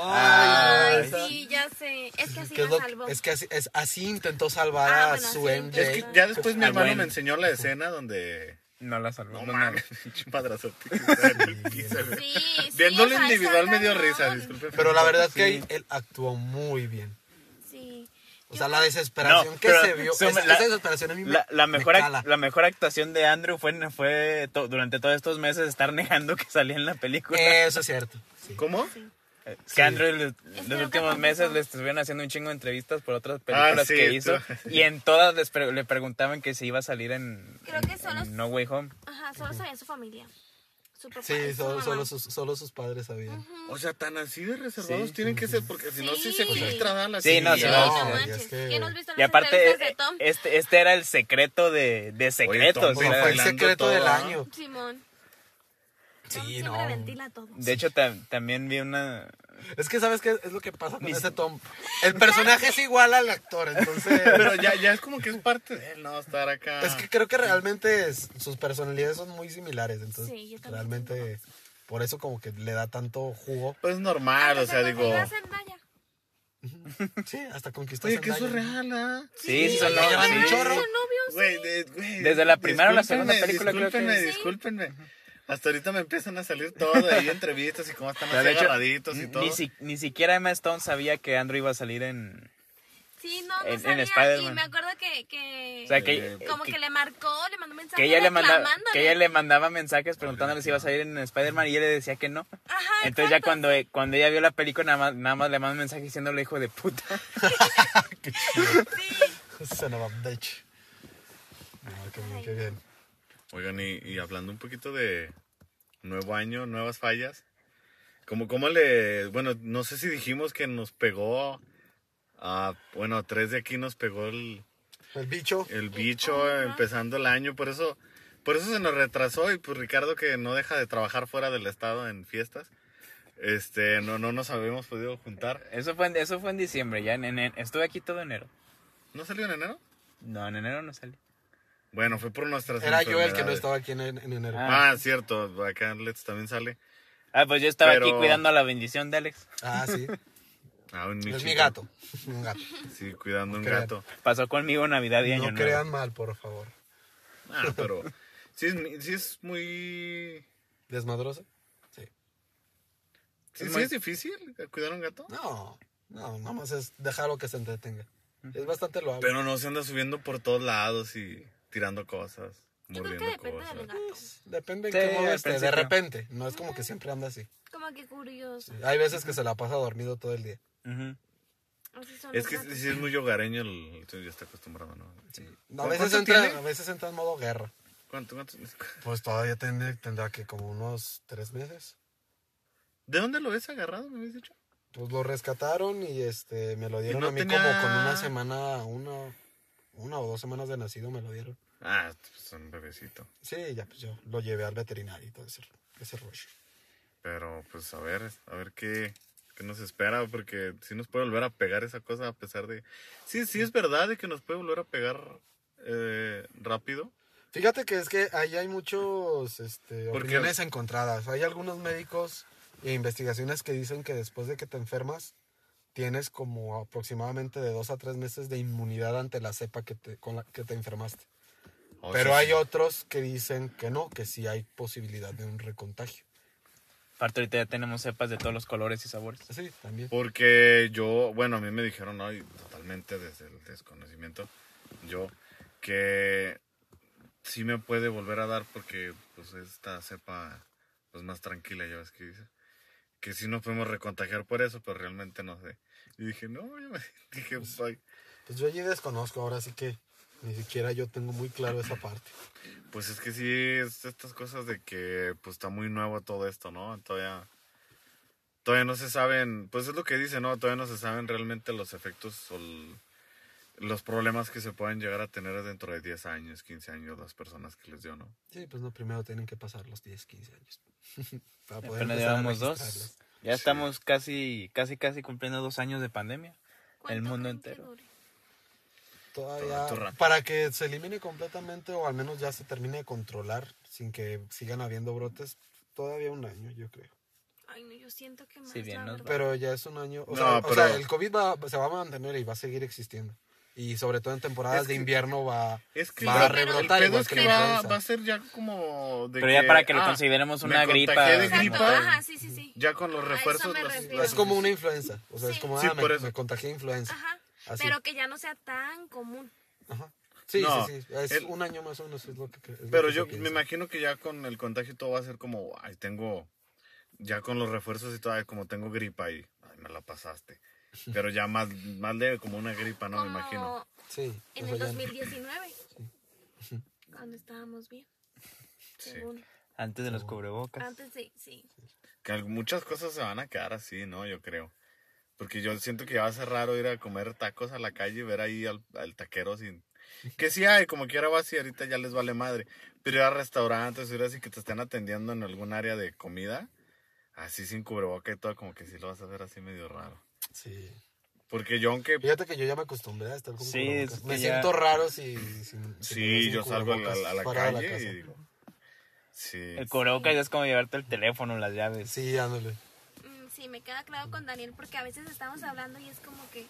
S1: Ay,
S4: Ay, sí, ya sé. Es que así
S3: que Ah, es,
S4: la
S3: lo-
S4: salvó.
S3: es que así, es- así intentó salvar
S4: Ah,
S3: a
S4: bueno,
S3: su
S4: así
S3: MJ.
S2: Es que ya después mi
S1: Ah,
S2: hermano
S1: bueno.
S2: me enseñó la escena donde...
S1: No la salvó.
S2: No
S1: no,
S2: mames, pinche madrazote que estaba en el piso, güey.
S4: Sí, sí,
S2: Viéndolo
S4: o sea,
S2: individual
S4: está
S2: me dio
S4: cañón.
S2: risa, disculpe.
S3: Pero la verdad es que ahí él actuó muy bien.
S4: Sí.
S3: O sea, la
S1: No,
S3: desesperación que
S1: pero
S3: se vio.
S1: su-
S3: esa,
S1: la-
S3: esa desesperación a mí me,
S1: La, la
S3: me
S1: mejor, ac-
S3: cala.
S1: la mejor actuación de Andrew fue, fue to- durante todos estos meses estar negando que salía en la película.
S3: Eso es cierto. sí.
S2: ¿Cómo?
S1: Eh, que
S3: Eh, Sí.
S1: Andrew le-
S4: lo
S1: los
S4: que
S1: últimos
S4: confesó.
S1: meses le estuvieron haciendo un chingo de entrevistas por otras películas
S2: Ah, sí,
S1: que hizo
S2: tú-
S1: y en todas les pre- le preguntaban que si iba a salir en,
S4: Creo
S1: en-
S4: que solo-
S1: en No Way Home.
S4: Ajá, solo sabía su familia. Su papá. y
S3: Sí,
S4: su
S3: solo,
S4: mamá.
S3: solo sus, solo sus padres sabían.
S2: O sea, tan así de reservados
S1: Sí.
S2: tienen que ser, porque si no, sí, se
S4: Sí.
S2: filtra da la
S1: Sí, no,
S4: Sí,
S1: sí,
S2: silla.
S1: no.
S4: no
S3: sí,
S4: manches.
S3: es que-
S4: ¿Quién no has visto
S1: Y
S4: las
S1: aparte,
S4: entrevistas de
S1: eh,
S4: Tom?
S1: este, este era el secreto de, de secretos.
S2: Tom,
S1: o
S3: Bueno,
S1: sea,
S3: fue el
S2: bailando
S3: secreto
S2: todo,
S3: del
S2: ¿no?
S1: eh,
S3: año.
S4: Simón.
S3: Sí,
S4: Tom
S3: no.
S4: Siempre ventila todo.
S1: de hecho, ta- también vi una...
S3: Es que, ¿sabes qué? Es lo que pasa con ese Tom. El personaje es igual al actor, entonces...
S2: Pero ya, ya es como que es parte de él, ¿no? Estar acá.
S3: Es que creo que realmente es- sus personalidades son muy similares, entonces
S4: Sí, yo también
S3: realmente por eso como que le da tanto jugo.
S2: Pues normal, o sea, digo...
S3: Sí, hasta conquistó
S2: Oye, que eso es
S3: Zendaya.
S2: real, ¿ah?
S1: Sí, sí,
S4: Sí,
S1: son-
S3: la
S1: no,
S3: llevan
S1: sí.
S3: un chorro.
S4: novios?
S2: Güey, de- güey,
S1: Desde la primera o la segunda
S2: discúlpenme,
S1: película creo que-
S2: Discúlpenme, discúlpenme. Hasta ahorita me empiezan a salir todo ahí entrevistas y cómo están
S1: O sea,
S2: así
S1: de hecho,
S2: agarraditos y
S1: Ni,
S2: todo.
S1: ni si- ni siquiera Emma Stone sabía que Andrew iba a salir en...
S4: Sí, no, no
S1: En- en
S4: sabía. y
S1: Spider-Man.
S4: me acuerdo que, que
S1: O sea, que,
S2: Sí.
S4: como que, le marcó, le mandó mensaje
S1: que ella le mandaba,
S4: reclamándole.
S1: que ella le mandaba mensajes preguntándole si iba a salir en Spider-Man y ella le decía que no.
S4: Ajá,
S1: Entonces ya
S4: exacto.
S1: cuando, eh, cuando ella vio la película nada más, nada más le mandó un mensaje diciéndole hijo de puta.
S4: Sí,
S3: Son of a bitch. No, Ah, qué bien, qué bien.
S2: Oigan, y, y hablando un poquito de nuevo año, nuevas fallas. Como, ¿Cómo le.? Bueno, no sé si dijimos que nos pegó. A, bueno, a tres de aquí nos pegó el,
S3: El bicho.
S2: el bicho empezando el año. Por eso, por eso se nos retrasó. Y pues Ricardo, que no deja de trabajar fuera del estado en fiestas, este, no, no nos habíamos podido juntar.
S1: Eso fue en, eso fue en diciembre, ya en, en- estuve aquí todo enero.
S2: ¿No salió en enero?
S1: No, en enero no salí.
S2: Bueno, fue por nuestras.
S3: Era yo el que no
S2: enfermedades.
S3: estaba aquí en, en enero. Ah,
S1: Ah.
S2: Ah, cierto. Acá en Let's también sale.
S1: Ah, pues yo estaba aquí
S2: Pero-
S1: cuidando a la bendición de Alex.
S3: sí.
S2: Ah, un
S3: Es mi
S2: Michito.
S3: gato. Un gato.
S2: Sí, cuidando un
S3: crean.
S2: gato.
S1: Pasó conmigo Navidad y Año
S3: No
S1: Nuevo.
S3: crean mal, por favor.
S2: Ah, pero sí es, mi- sí es muy...
S3: ¿Desmadrosa? Sí.
S2: Sí,
S1: Es
S2: sí
S1: muy-
S2: es difícil cuidar un gato.
S3: No, no, nada más es dejarlo que se entretenga. Es bastante loable.
S2: Pero no se anda subiendo por todos lados y tirando cosas,
S4: yo creo
S2: mordiendo
S4: que depende
S2: cosas.
S4: del gato.
S3: Depende en
S1: Sí,
S3: qué modo
S1: al
S3: esté, de
S1: principio.
S3: repente. No es como que siempre anda así.
S4: Como que curioso.
S3: Hay veces que se la pasa dormido todo el día.
S1: Ujú.
S4: Así son
S2: Es
S4: los
S2: que
S4: gatos.
S2: sí es muy hogareño, el, sí, ya está acostumbrado, ¿no?
S3: A
S2: ¿Cu-
S3: veces,
S2: cuánto
S3: entra,
S2: tiene?
S3: a veces entra en modo guerra.
S2: ¿Cuánto- cuánto-
S3: Pues todavía tende- tendrá que como unos tres meses.
S2: ¿De dónde lo ves agarrado, me habías dicho?
S3: Pues lo rescataron y este me lo dieron
S2: no
S3: a mí
S2: tenía-
S3: como con una semana, una, una o dos semanas de nacido me lo dieron.
S2: Ah, pues un bebecito.
S3: Sí, ya pues yo lo llevé al veterinario y todo ese, ese rollo.
S2: Pero pues a ver, a ver qué, qué nos espera, porque si nos puede volver a pegar esa cosa a pesar de... Sí, sí es verdad de que nos puede volver a pegar eh, rápido.
S3: Fíjate que es que ahí hay muchos este,
S2: ¿Por qué?
S3: opiniones encontradas. Hay algunos médicos e investigaciones que dicen que después de que te enfermas tienes como aproximadamente de dos a tres meses de inmunidad ante la cepa que te, con la que te enfermaste.
S2: O
S3: Pero
S2: sea,
S3: hay otros que dicen que no, que sí hay posibilidad de un recontagio.
S1: Aparte ahorita ya tenemos cepas de todos los colores y sabores.
S3: Sí, también.
S2: Porque yo, bueno, a mí me dijeron, no, y totalmente desde el desconocimiento, yo, que sí me puede volver a dar porque, pues, esta cepa, pues, más tranquila, ya ves que dice. Que sí nos podemos recontagiar por eso, pero realmente no sé. Y dije, no, yo me dije, "Ay".
S3: Pues yo allí desconozco, ahora sí que ni siquiera yo tengo muy claro esa parte.
S2: pues es que sí, es estas cosas de que, pues, está muy nuevo todo esto, ¿no? Todavía, todavía no se saben, pues es lo que dice, ¿no? Todavía no se saben realmente los efectos o el- los problemas que se pueden llegar a tener dentro de 10 años, 15 años, las personas que les dio, ¿no?
S3: Sí, pues no, primero tienen que pasar los 10, 15 años. Para
S1: Apenas
S3: poder empezar a
S1: llevamos
S3: registrarlos.
S1: dos. Ya estamos casi, casi, casi cumpliendo dos años de pandemia.
S4: ¿Cuánto
S1: el mundo
S4: creen que
S1: entero.
S4: dure?
S3: Todavía,
S2: Todo rato.
S3: para que se elimine completamente o al menos ya se termine de controlar sin que sigan habiendo brotes, todavía un año, yo creo.
S4: Ay, no, yo siento que más.
S1: Sí, bien,
S4: la
S1: nos
S4: verdad.
S3: Pero ya es un año. O,
S2: No,
S3: sea, o
S2: pero-
S3: sea, el COVID va- se va a mantener y va a seguir existiendo. Y sobre todo en temporadas
S2: Es
S3: de
S2: que-
S3: invierno va,
S2: Es que
S3: va a
S2: el- el
S3: rebrotar.
S2: pedo
S3: igual
S2: es
S3: que
S2: que
S3: la
S2: va,
S3: influenza.
S2: va a ser ya como... de
S1: Pero ya para que lo
S2: ah,
S1: consideremos
S2: me
S1: una gripa.
S2: contagié de
S1: como
S4: Exacto,
S2: gripa.
S1: tal.
S4: ajá, sí, sí, sí.
S2: Ya con los
S4: A eso
S2: refuerzos...
S4: me
S2: las-
S4: refiero.
S3: Es como una influenza. O sea, es
S4: Sí.
S3: como,
S2: Sí,
S3: ah,
S2: por
S3: me,
S2: eso.
S3: me contagié influenza.
S4: Ajá.
S2: Ah,
S3: Así.
S4: Pero que ya no sea tan común.
S3: Ajá. Sí,
S2: No,
S3: sí, sí. Es
S2: el-
S3: un año más o menos es lo que es lo
S2: Pero
S3: que se
S2: yo
S3: piensa.
S2: me imagino que ya con el contagio todo va a ser como, ay, tengo, ya con los refuerzos y todo, ay, como tengo gripa y, ay, me la pasaste. Pero ya más, más leve, como una gripa, ¿no? Me
S4: como
S2: imagino.
S3: Sí.
S4: en
S3: o
S4: el
S3: sea, ya-
S4: 2019. Cuando estábamos bien.
S2: Sí.
S4: Según.
S1: Antes de
S3: Oh.
S1: los cubrebocas.
S4: Antes sí, sí.
S2: Que al- muchas cosas se van a quedar así, ¿no? Yo creo. Porque yo siento que ya va a ser raro ir a comer tacos a la calle y ver ahí al, al taquero sin... Que sí hay, como quiera va así, ahorita ya les vale madre. Pero ir a restaurantes, ir así que te estén atendiendo en algún área de comida, así sin cubreboca y todo, como que sí lo vas a ver así medio raro.
S3: Sí.
S2: Porque yo aunque...
S3: Fíjate que yo ya me acostumbré a estar con
S1: Sí,
S3: cubrebocas.
S1: es que
S3: Me
S1: ya-
S3: siento raro si... si- si me ves
S2: Sí,
S3: sin
S2: yo salgo a la,
S3: cubrebocas
S2: a la
S3: fuera de
S2: calle y
S3: casa.
S2: digo... Sí.
S1: El cubrebocas ya es como llevarte el teléfono, las llaves.
S3: Sí, ándale.
S4: Mm, sí, me queda claro con Daniel porque a veces estamos hablando y es como que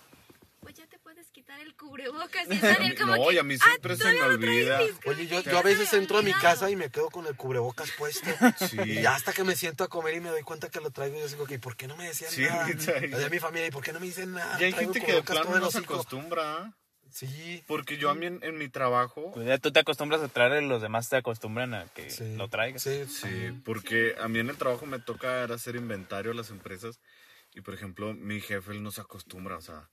S4: pues ya te puedes quitar el cubrebocas. Y es Daniel como
S2: No,
S4: que,
S2: y a mí
S4: "Ah,
S2: siempre se me
S4: todavía lo traes
S2: olvida".
S4: mis
S3: Oye, yo,
S4: cubrebocas,
S3: yo a veces
S4: se me
S3: entro a mi
S4: olvidaba.
S3: casa y me quedo con el cubrebocas puesto.
S2: Sí.
S3: Y ya hasta que me siento a comer y me doy cuenta que lo traigo, yo digo, ¿y por qué no me decían
S2: Sí,
S3: nada?
S2: ahorita ahí.
S3: O sea, mi familia, ¿y por qué no me dicen nada?
S2: Y hay
S3: Traigo
S2: gente que de
S3: cubrebocas todo
S2: plano
S3: el
S2: no se
S3: hocico".
S2: acostumbra. ¿eh?
S3: Sí,
S2: Porque yo a mí en, en mi trabajo.
S1: Pues ya tú te acostumbras a traer y los demás te acostumbran a que
S3: sí.
S1: lo traigas.
S3: Sí,
S2: Sí, porque a mí en el trabajo me toca era hacer inventario a las empresas. Y por ejemplo, mi jefe él no se acostumbra, o sea,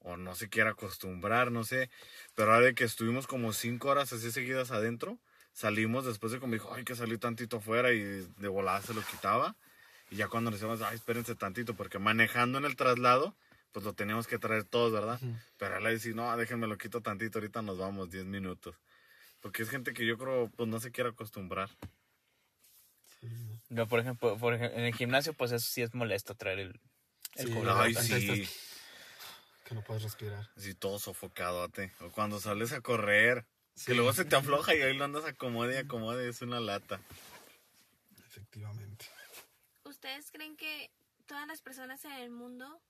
S2: o no se quiere acostumbrar, no sé. Pero ahora de que estuvimos como cinco horas así seguidas adentro, salimos después de como dijo, ay, que salí tantito afuera y de volada se lo quitaba. Y ya cuando nos decíamos, ay, espérense tantito, porque manejando en el traslado, pues lo teníamos que traer todos, ¿verdad? Pero él le decía, no, déjenme lo quito tantito, ahorita nos vamos, 10 minutos. Porque es gente que yo creo, pues no se quiere acostumbrar.
S1: Yo, por ejemplo, por ej- en el gimnasio, pues eso sí es molesto traer el, el
S3: Sí.
S1: cubrebocas.
S2: Ay, sí.
S3: Contestas. que no puedes respirar.
S2: Así todo sofocadote. O cuando sales a correr.
S3: Sí.
S2: Que luego se te afloja y ahí lo andas acomode y acomode. Es una lata.
S3: Efectivamente.
S4: ¿Ustedes creen que todas las personas en el mundo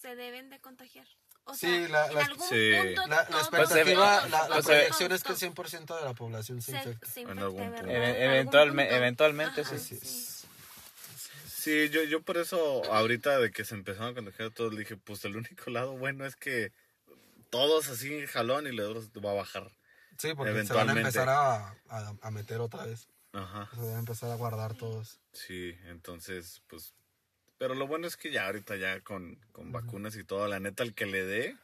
S4: se deben de contagiar? O
S3: Sí,
S4: sea,
S3: la-
S4: en
S3: la-
S4: algún
S2: Sí.
S4: punto
S3: La, la
S4: todos-
S3: expectativa,
S4: todos-
S3: la, la
S1: pues,
S4: todos-
S3: proyección es que el
S4: todos-
S3: 100% de la población se
S4: se-
S3: infecta.
S4: se
S2: En
S4: infecta,
S2: algún punto.
S4: ¿verdad?
S1: Ev-
S4: En algún
S1: eventualme-
S4: punto.
S1: eventualmente,
S4: Ajá,
S3: Así es.
S2: Sí, yo, yo por eso ahorita de que se empezaron a contagiar todos dije, pues el único lado bueno es que todos así jalón y luego va a bajar.
S3: Sí, porque
S2: Eventualmente.
S3: se van a empezar a, a- a meter otra vez.
S2: Ajá.
S3: Se van a empezar a guardar todos.
S2: Sí, entonces, pues... Pero lo bueno es que ya ahorita ya con, con vacunas y todo, la neta, el que le dé...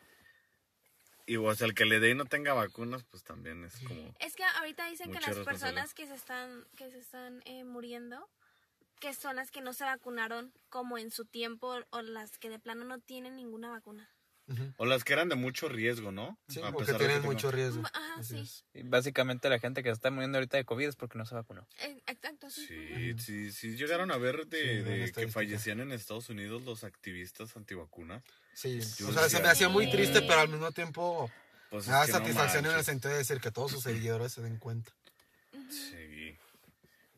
S2: Y o sea, el que le dé y no tenga vacunas, pues también es como...
S4: Es que ahorita dicen
S2: Mucha
S4: que las
S2: responsabilidad.
S4: personas que se están, que se están eh, muriendo, que son las que no se vacunaron como en su tiempo o las que de plano no tienen ninguna vacuna.
S3: Ujú.
S2: O las que eran de mucho riesgo, ¿no?
S3: Sí,
S2: A
S3: porque
S2: pesar de
S3: tienen
S2: que
S3: mucho riesgo.
S4: Ajá,
S3: Así
S4: sí.
S3: es.
S1: Y básicamente la gente que está muriendo ahorita de COVID es porque no se vacunó.
S4: Eh, Exacto, sí. ujú.
S2: Sí, sí, sí, llegaron a ver de,
S3: Sí,
S2: de
S3: una
S2: que
S3: estadística.
S2: fallecían en Estados Unidos los activistas antivacunas.
S3: Sí,
S2: Yo
S3: o sea,
S2: decía,
S3: se me hacía muy
S4: "No".
S3: triste, pero al mismo tiempo
S2: Pues es
S3: me da
S2: que no
S3: Ah, satisfacción en el
S2: manches.
S3: sentido de decir que todos sus seguidores se den cuenta.
S2: Sí.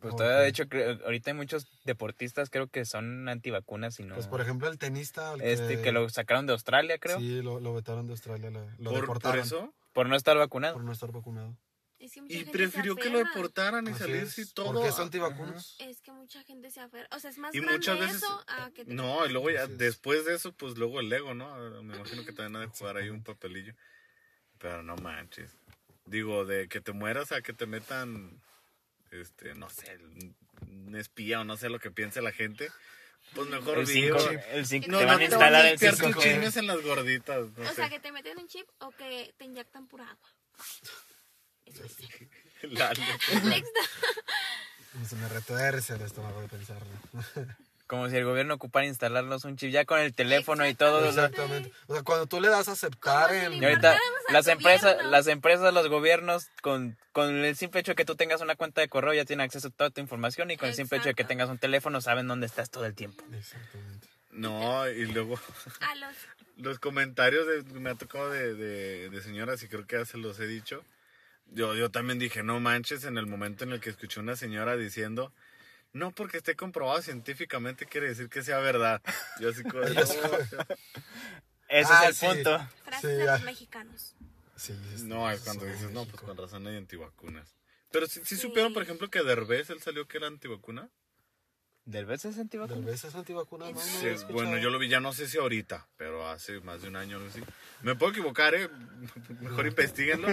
S1: Pues
S3: Ok.
S1: todavía, de hecho, creo- ahorita hay muchos deportistas, creo que son antivacunas y no.
S3: Pues, por ejemplo, el tenista. al
S1: este, que lo sacaron de Australia, creo,
S3: Sí, lo, lo vetaron de Australia, lo, lo
S2: Por- por,
S3: deportaron
S2: eso.
S1: por no estar vacunado.
S3: por no estar vacunado.
S4: Es que mucha
S2: Y
S4: gente se
S2: prefirió que lo
S4: aferra.
S2: deportaran y
S3: Así
S2: salirse y
S3: es,
S2: todo.
S3: Porque es antivacunas.
S4: Es que mucha gente se aferra. O sea, es más
S2: Y
S4: grande
S2: muchas veces-
S4: eso a que te-
S2: No, y luego ya,
S3: Así es.
S2: después de eso, pues luego el ego, ¿no? A ver, Me imagino que también ha de jugar ahí un papelillo. Pero no manches. Digo, de que te mueras a que te metan, este, no sé, un espía o no sé lo que piense la gente. Pues mejor
S1: El 5,
S2: digo,
S1: el 5,
S4: No,
S1: te
S4: no
S1: van a
S4: te
S1: instalar
S2: van a
S1: el
S2: limpiar
S1: 5
S2: tus chismes en las gorditas. no
S4: O
S2: sé.
S4: sea, que te meten un chip o que te inyectan pura agua. Eso es.
S2: Lalo. pues,
S4: Next.
S3: pues, Se me retuerce el estómago de pensarlo.
S1: Como si el gobierno ocupara instalarnos un chip ya con el teléfono y todo. o sea,
S3: Exactamente. O sea, cuando tú le das a aceptar
S4: ¿Cómo se
S3: en.
S1: y ahorita
S4: Importáramos al
S1: las empresas,
S4: gobierno.
S1: las empresas, los gobiernos, con, con el simple hecho de que tú tengas una cuenta de correo ya tienen acceso a toda tu información y con el simple hecho de que
S4: Exacto.
S1: tengas un teléfono saben dónde estás todo el tiempo.
S3: Exactamente.
S2: No, y luego
S4: A los.
S2: los comentarios de- me ha tocado de, de- de señoras y creo que ya se los he dicho. Yo, yo también dije, no manches, en el momento en el que escuché una señora diciendo, no porque esté comprobado científicamente quiere decir que sea verdad. Yo así como, no,
S1: Ese
S3: Ah,
S1: es el
S3: sí.
S1: punto.
S4: Frases
S3: Sí,
S4: de los
S3: ya.
S4: mexicanos.
S3: Sí, es-
S2: no, es
S3: eso
S2: cuando
S3: en
S2: dices, no, pues
S3: México.
S2: con razón hay antivacunas. Pero si supieron, por ejemplo, que Derbez, él salió que era antivacuna.
S1: ¿Del veces es
S3: Tal
S1: antivacuna?
S3: vez es antivacuna, ¿no?
S2: Sí, bueno, yo lo vi ya no sé si ahorita, pero hace más de un año algo así. Me puedo equivocar, ¿eh? Mejor investiguenlo.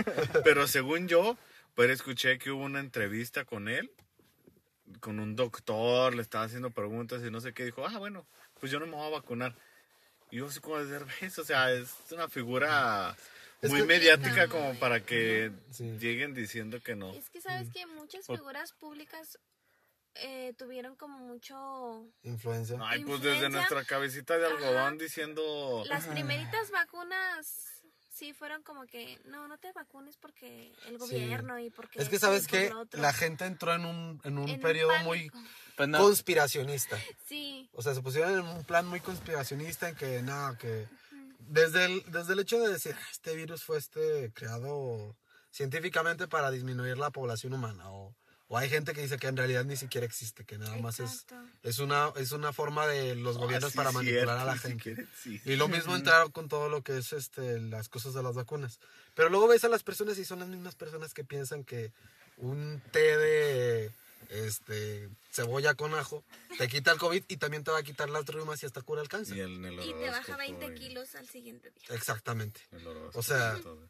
S2: Pero según yo, pero escuché que hubo una entrevista con él, con un doctor, le estaba haciendo preguntas y no sé qué. Dijo, ah, bueno, pues yo no me voy a vacunar. Y yo así como de Derbez, o sea, es una figura
S3: Es
S2: muy
S3: que-
S2: mediática como para que
S3: Sí.
S2: lleguen diciendo que no.
S4: Es que sabes
S3: Mm.
S4: que muchas
S1: Por-
S4: figuras públicas eh, tuvieron como mucho.
S3: Influencia.
S2: Ay, pues desde
S4: Influencia.
S2: nuestra cabecita de
S4: Ajá.
S2: algodón diciendo...
S3: Ah.
S4: Las primeritas vacunas sí fueron como que no, no te vacunes porque el
S3: Sí.
S4: gobierno y porque.
S3: Es que,
S4: esto y
S3: ¿sabes
S4: por
S3: qué?
S4: lo otro".
S3: La gente entró en un, en un
S4: En un
S3: periodo
S4: pánico.
S3: muy
S1: Pues no.
S3: conspiracionista.
S4: Sí.
S3: O sea, se pusieron en un plan muy conspiracionista en que, nada, que... Desde el, desde el hecho de decir, "Ah, este virus fue este creado científicamente para disminuir la población humana o, O hay gente que dice que en realidad ni siquiera existe, que nada más es,
S4: Exacto.
S3: es, una, es una forma de los gobiernos
S2: Ah, sí,
S3: para
S2: es
S3: manipular a
S2: cierto,
S3: la
S2: ni
S3: gente.
S2: siquiera existe.
S3: Y lo mismo entrar con todo lo que es este, las cosas de las vacunas. Pero luego ves a las personas y son las mismas personas que piensan que un té de este, cebolla con ajo te quita el COVID y también te va a quitar las riumas y hasta cura el cáncer.
S2: Y el- en el
S4: Y te baja
S2: horóscopo,
S4: 20
S2: y-
S4: kilos al siguiente día.
S3: Exactamente.
S2: el horóscopo
S3: O sea-
S2: y todo.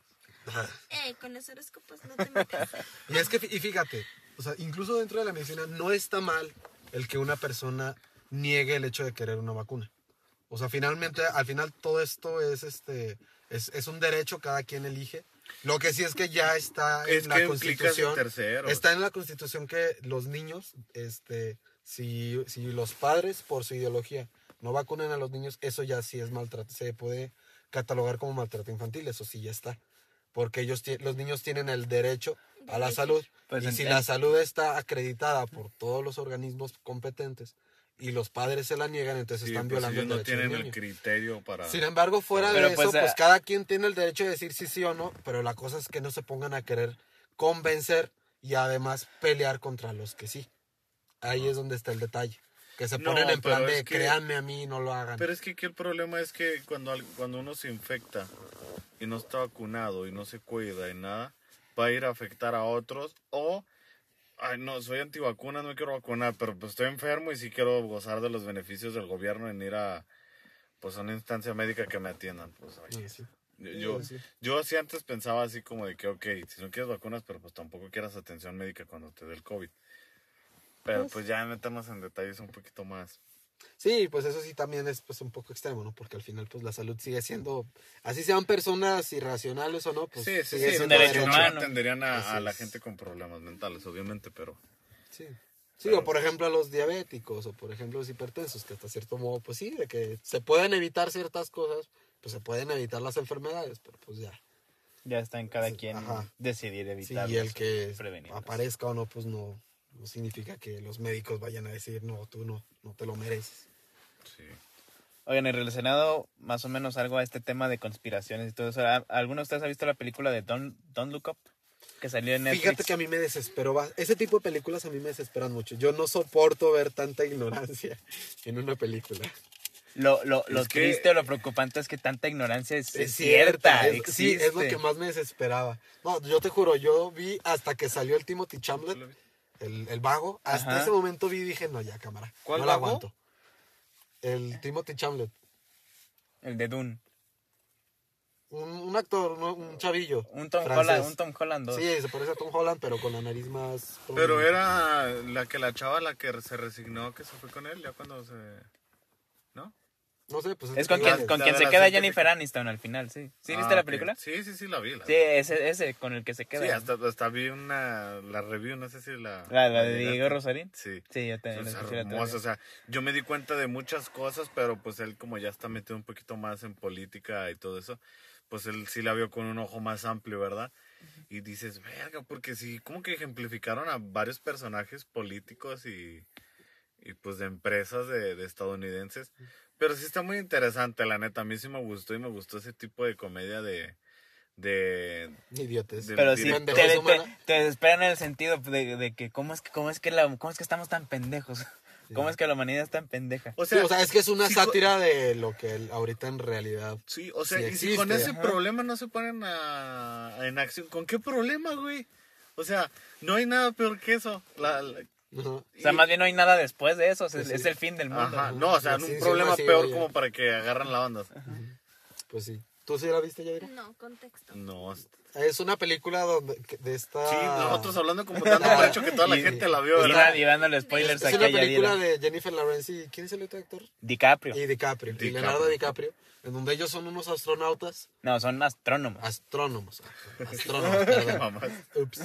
S4: Eh, con los horóscopos no te metas.
S3: Y es que, fí- y fíjate, o sea, incluso dentro de la medicina no está mal el que una persona niegue el hecho de querer una vacuna. O sea, finalmente, al final todo esto es este, es, es un derecho cada quien elige. Lo que sí es que ya está en
S2: Es
S3: la
S2: que implicas el
S3: constitución.
S2: tercero.
S3: Está en la constitución que los niños, este, si, si los padres por su ideología no vacunan a los niños, eso ya sí es maltrato, se puede catalogar como maltrato infantil, eso sí ya está. Porque ellos tie- los niños tienen el derecho a la salud.
S1: Pues
S3: y
S1: en-
S3: si
S1: en-
S3: la salud está acreditada por todos los organismos competentes y los padres se la niegan, entonces
S2: Sí,
S3: están
S2: pues
S3: violando
S2: ellos
S3: el
S2: no
S3: derecho del
S2: tienen
S3: niño.
S2: el criterio para...
S3: Sin embargo, fuera
S1: Pero,
S3: de
S1: pues,
S3: eso,
S2: eh,
S3: pues
S1: a-
S3: cada quien tiene el derecho de decir sí, sí o no, pero la cosa es que no se pongan a querer convencer y además pelear contra los que sí. Ahí es donde está el detalle. Que se
S2: No,
S3: ponen en plan
S2: pero
S3: de
S2: es que-
S3: créanme a mí, no lo hagan.
S2: Pero es que aquí el problema es que cuando, al- cuando uno se infecta y no está vacunado y no se cuida y nada, va a ir a afectar a otros o, ay no, soy antivacuna, no me quiero vacunar, pero pues estoy enfermo y sí quiero gozar de los beneficios del gobierno en ir a, pues a una instancia médica que me atiendan. Pues, oye,
S3: Sí, sí.
S2: yo, yo,
S3: Sí, sí.
S2: yo así antes pensaba así como de que, ok, si no quieres vacunas, pero pues tampoco quieras atención médica cuando te dé el COVID. Pero pues ya meternos en detalles un poquito más.
S3: Sí, pues eso sí también es pues un poco extremo, ¿no? Porque al final pues la salud sigue siendo, así sean personas irracionales o no, pues
S2: Sí, sí,
S3: sigue
S2: sí,
S1: un
S3: siendo
S2: no,
S1: derecho
S2: no
S1: humano.
S2: atenderían a,
S3: Así
S2: a la
S3: es.
S2: gente con problemas mentales, obviamente, pero
S3: Sí. Sí, o por ejemplo a los diabéticos o por ejemplo los hipertensos, que hasta cierto modo, pues sí, de que se pueden evitar ciertas cosas, pues se pueden evitar las enfermedades, pero pues ya.
S1: Ya está en cada
S3: Sí,
S1: quien
S3: ajá.
S1: decidir
S3: Sí,
S1: evitarlas
S3: y el
S1: o
S3: que
S1: prevenirlas.
S3: aparezca o no, pues no, no significa que los médicos vayan a decir, no, tú no, no te lo mereces.
S2: sí.
S1: Oigan, y relacionado más o menos algo a este tema de conspiraciones y todo eso, ¿a- ¿alguno de ustedes ha visto la película de Don't, Don't Look Up? Que salió en Netflix.
S3: Fíjate que a mí me desesperó, va- ese tipo de películas a mí me desesperan mucho. Yo no soporto ver tanta ignorancia en una película.
S1: Lo, lo, lo
S2: Es que-
S1: triste o lo preocupante es que tanta ignorancia es, es
S3: cierta,
S1: cierta,
S3: es- sí, es lo
S1: existe.
S3: que más me desesperaba. No, yo te juro, yo vi hasta que salió el Timothy Chamlet, el, el vago, hasta
S1: Ajá.
S3: ese momento vi y dije, no, ya, cámara,
S2: ¿Cuál
S3: no la
S2: vago?
S3: aguanto. El Timothy Chamlet,
S1: El de Dune.
S3: un, un actor, ¿no? un chavillo.
S1: Un Tom
S3: francés.
S1: Holland, un Tom Holland dos.
S3: Sí, se parece a Tom Holland, pero con la nariz más...
S2: Pero
S3: prominente.
S2: era la que la chava la que se resignó que se fue con él ya cuando se ¿No?
S3: No sé, pues...
S1: Es con
S3: que-
S1: quien,
S2: la-
S1: con
S2: la
S1: quien
S2: de
S1: se
S2: la
S1: queda
S2: científica.
S1: Jennifer Aniston al final, sí. ¿Sí viste
S2: Ah,
S1: la
S2: ok.
S1: película?
S2: Sí, sí, sí la vi. La
S1: Sí,
S2: vi.
S1: ese, ese con el que se queda.
S2: Sí, hasta, hasta vi una la review, no sé si la
S1: la, la de
S2: llegaste.
S1: Diego Rosarín.
S2: Sí.
S1: Sí, yo también.
S2: Pues,
S1: la
S2: es
S1: escuché la otra
S2: hermoso, o
S1: vez.
S2: sea, yo me di cuenta de muchas cosas, pero pues él como ya está metido un poquito más en política y todo eso, pues él sí la vio con un ojo más amplio, ¿verdad? Y dices, verga, porque sí, como que ejemplificaron a varios personajes políticos y, y, pues de empresas de, de estadounidenses, pero sí está muy interesante, la neta, a mí sí me gustó y me gustó ese tipo de comedia de... de
S3: Idiotes.
S2: de-
S1: Pero sí, te,
S2: Director.
S1: te,
S3: Humana.
S1: te desesperan en el sentido de, de que cómo es que cómo es que la, cómo es que estamos tan pendejos. ¿Cómo es que la humanidad es tan pendeja?
S2: o
S3: Sí, o sea, es que es una
S2: sí,
S3: sátira de lo que el- ahorita en realidad...
S2: Sí, o sea,
S3: Sí
S2: y si con
S3: existe,
S2: ese
S1: ajá.
S2: problema no se ponen a, a- en acción, ¿con qué problema, güey? O sea, no hay nada peor que eso. La, la-
S3: Ajá.
S1: O sea,
S2: y-
S1: más bien no hay nada después de eso, o sea, es,
S3: Sí.
S1: es el fin del mundo.
S2: Ajá, no, o sea,
S3: Sí,
S2: un
S3: sí,
S2: problema
S3: sí, sí,
S2: peor
S3: oye.
S2: como para que agarran la banda.
S3: Pues sí. ¿Tú sí la viste, Yadira?
S4: No, contexto.
S2: No, sí,
S3: Es una película donde, que- de esta...
S1: Ah.
S2: nosotros hablando como tanto derecho que toda la
S1: Y-
S2: gente la vio,
S1: Y,
S2: ¿verdad?
S1: y dándole spoilers
S3: Es
S1: aquí
S3: una
S1: a Yadira.
S3: película de eh, Jennifer Lawrence y ¿quién es el otro actor?
S1: DiCaprio.
S3: Y DiCaprio, y
S2: DiCaprio.
S3: Leonardo DiCaprio, en donde ellos son unos astronautas,
S1: No, son astrónomos.
S3: astrónomos, astrónomos, perdón.
S2: Mamás.
S3: Ups.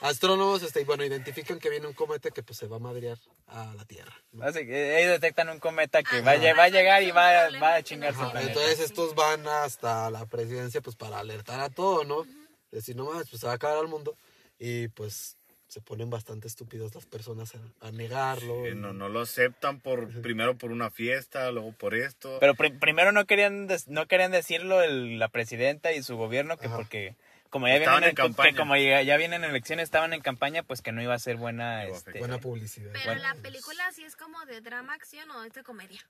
S3: Astrónomos, este, y bueno, identifican que viene un comete que pues se va a madrear a la Tierra. ¿no?
S1: Así que ellos detectan un cometa que
S3: Ah,
S4: Ajá.
S1: va, a lle- va a llegar y va, a- va a chingar
S4: Ajá.
S1: su planeta.
S3: Entonces estos van hasta la presidencia pues para alertar a todo, ¿no? Decir, no más, pues se va a acabar el mundo. Y pues se ponen bastante estúpidas las personas a, a negarlo.
S2: Eh, No, no lo aceptan por primero por una fiesta, luego por esto.
S1: Pero pri- primero no querían des- no querían decirlo el- la presidenta y su gobierno que
S3: Ajá.
S1: porque como ya
S2: Estaban
S1: vienen en,
S2: en
S1: que
S2: campaña.
S1: como ya, ya vienen elecciones, estaban en campaña, pues que no iba a ser buena
S2: Iba
S1: este,
S2: a afectar.
S3: Buena publicidad.
S4: Pero
S1: Bueno.
S4: la película sí es como de drama, acción o es de comedia.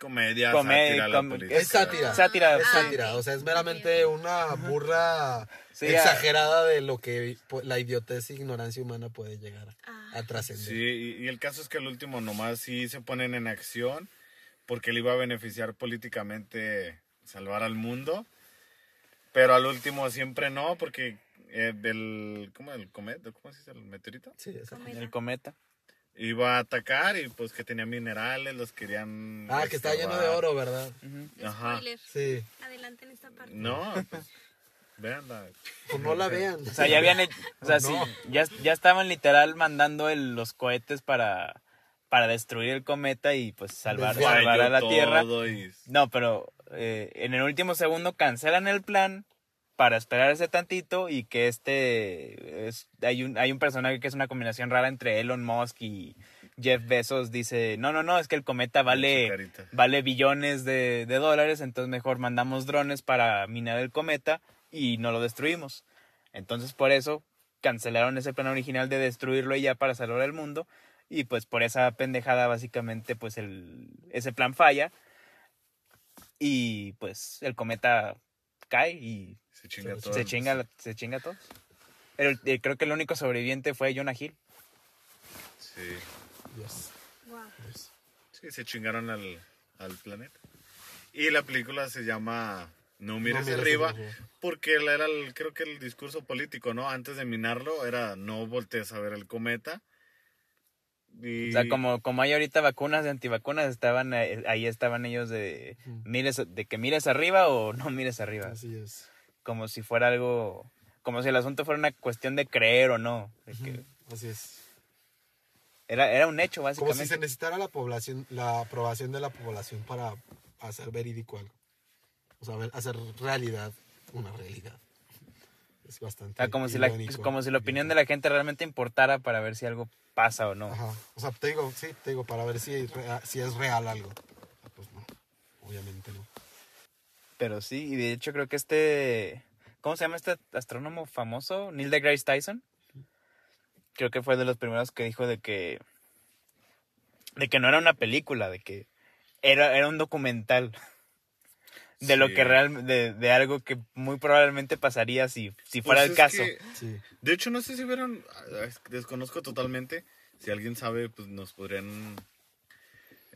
S2: Comedia,
S1: Comedia,
S2: sátira, la
S1: com-
S2: política.
S3: Es sátira.
S1: Sátira,
S3: Es
S1: sí.
S3: sátira,
S4: Ah, ok.
S3: o sea, es meramente una burra
S1: Sí,
S3: exagerada de lo que po- la idiotez e ignorancia humana puede llegar a-
S4: Ah.
S3: a trascender.
S2: Sí, y, y el caso es que el último nomás sí se ponen en acción porque le iba a beneficiar políticamente salvar al mundo, pero al último siempre no porque eh, el, ¿cómo, el cometa, ¿cómo se dice? El meteorito.
S3: Sí, esa.
S4: Comedia.
S1: El cometa.
S2: Iba a atacar y pues que tenía minerales, los
S1: Mm,
S2: querían...
S3: Ah, que está lleno de
S2: excavar.
S3: oro, ¿verdad?
S1: Ujú.
S2: Ajá.
S4: Spoiler.
S3: Sí.
S4: Adelante en esta parte.
S2: No, pues, veanla.
S3: Pues no la vean.
S1: O sea, ya habían hecho- o sea,
S3: No.
S1: sí, ya, ya estaban literal mandando el- los cohetes para, para destruir el cometa y pues salvar,
S3: Desviar.
S1: salvar a la
S2: Cayó
S1: Tierra.
S2: todo y-
S1: No, pero eh, en el último segundo cancelan el plan para esperarse tantito y que este es- hay un hay un personaje que es una combinación rara entre Elon Musk y Jeff Bezos dice no no no es que el cometa
S2: Su
S1: vale
S2: carita.
S1: vale billones de, de dólares entonces mejor mandamos drones para minar el cometa y no lo destruimos entonces por eso cancelaron ese plan original de destruirlo y ya para salvar el mundo y pues por esa pendejada básicamente pues el ese plan falla y pues el cometa cae y
S2: Se chinga
S3: Se
S2: todo.
S1: se
S2: el-
S1: chinga, la- se chinga a todos. El- eh, creo que el único sobreviviente fue Jonah Hill.
S2: Sí.
S3: Dios,
S4: Wow.
S3: Dios.
S2: Sí, se chingaron al, al planeta. Y la película se llama No mires,
S3: No mires
S2: arriba,
S3: arriba.
S2: porque él era el- creo que el discurso político, ¿no? Antes de minarlo era no voltees a ver el cometa. Y
S1: O sea, como, como hay ahorita vacunas y antivacunas, estaban eh, ahí estaban ellos de mires de que mires arriba o no mires arriba.
S3: Así es.
S1: Como si fuera algo, como si el asunto fuera una cuestión de creer o no. de que
S3: Así es.
S1: era, era un hecho,
S3: Como si
S1: básicamente.
S3: se necesitara la población, la aprobación de la población para hacer verídico algo. O sea, ver- hacer realidad una realidad. Es bastante.
S1: O sea, Ah, como si la,
S3: irónico.
S1: como si la opinión de la gente realmente importara para ver si algo pasa o no.
S3: Ajá. O sea, te digo, sí, te digo, para ver si, rea- si es real algo. Ah, Pues no, obviamente no.
S1: Pero sí, y de hecho creo que este. ¿Cómo se llama este astrónomo famoso? Neil deGrasse Tyson. Creo que fue de los primeros que dijo de que. de que no era una película, de que era, era un documental. De lo
S2: Sí.
S1: que real, de, de algo que muy probablemente pasaría si, si
S2: Pues
S1: fuera el
S2: es
S1: caso.
S2: que-
S3: Sí.
S2: de hecho, no sé si vieron, ah, es- desconozco totalmente. Si alguien sabe, pues nos podrían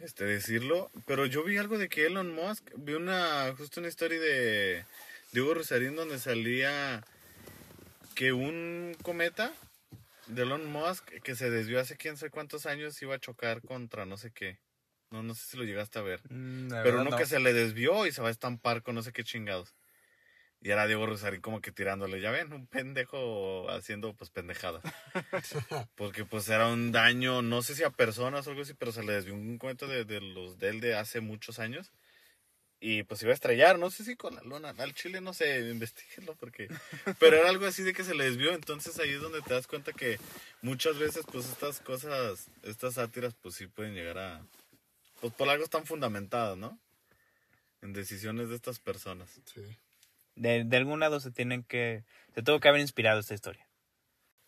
S2: este, decirlo. Pero yo vi algo de que Elon Musk, vi una, justo una historia de Diego Rosarín donde salía que un cometa de Elon Musk que se desvió hace quién sabe cuántos años iba a chocar contra no sé qué. No, no sé si lo llegaste a ver.
S1: Mm, la
S2: Pero
S1: verdad
S2: uno
S1: no.
S2: que se le desvió y se va a estampar con no sé qué chingados. Y era Diego Rosarín como que tirándole, ya ven, un pendejo haciendo pues pendejada. Porque pues era un daño, no sé si a personas o algo así, pero se le desvió un cuento de, de los de él de hace muchos años. Y pues iba a estrellar, no sé si con la luna, al chile no sé, investiguenlo porque... Pero era algo así de que se le desvió, entonces ahí es donde te das cuenta que muchas veces pues estas cosas, estas sátiras pues sí pueden llegar a... Pues por algo están fundamentadas, ¿no? En decisiones de estas personas.
S3: sí.
S1: de, de algún lado se tienen que. se tuvo que haber inspirado esta historia.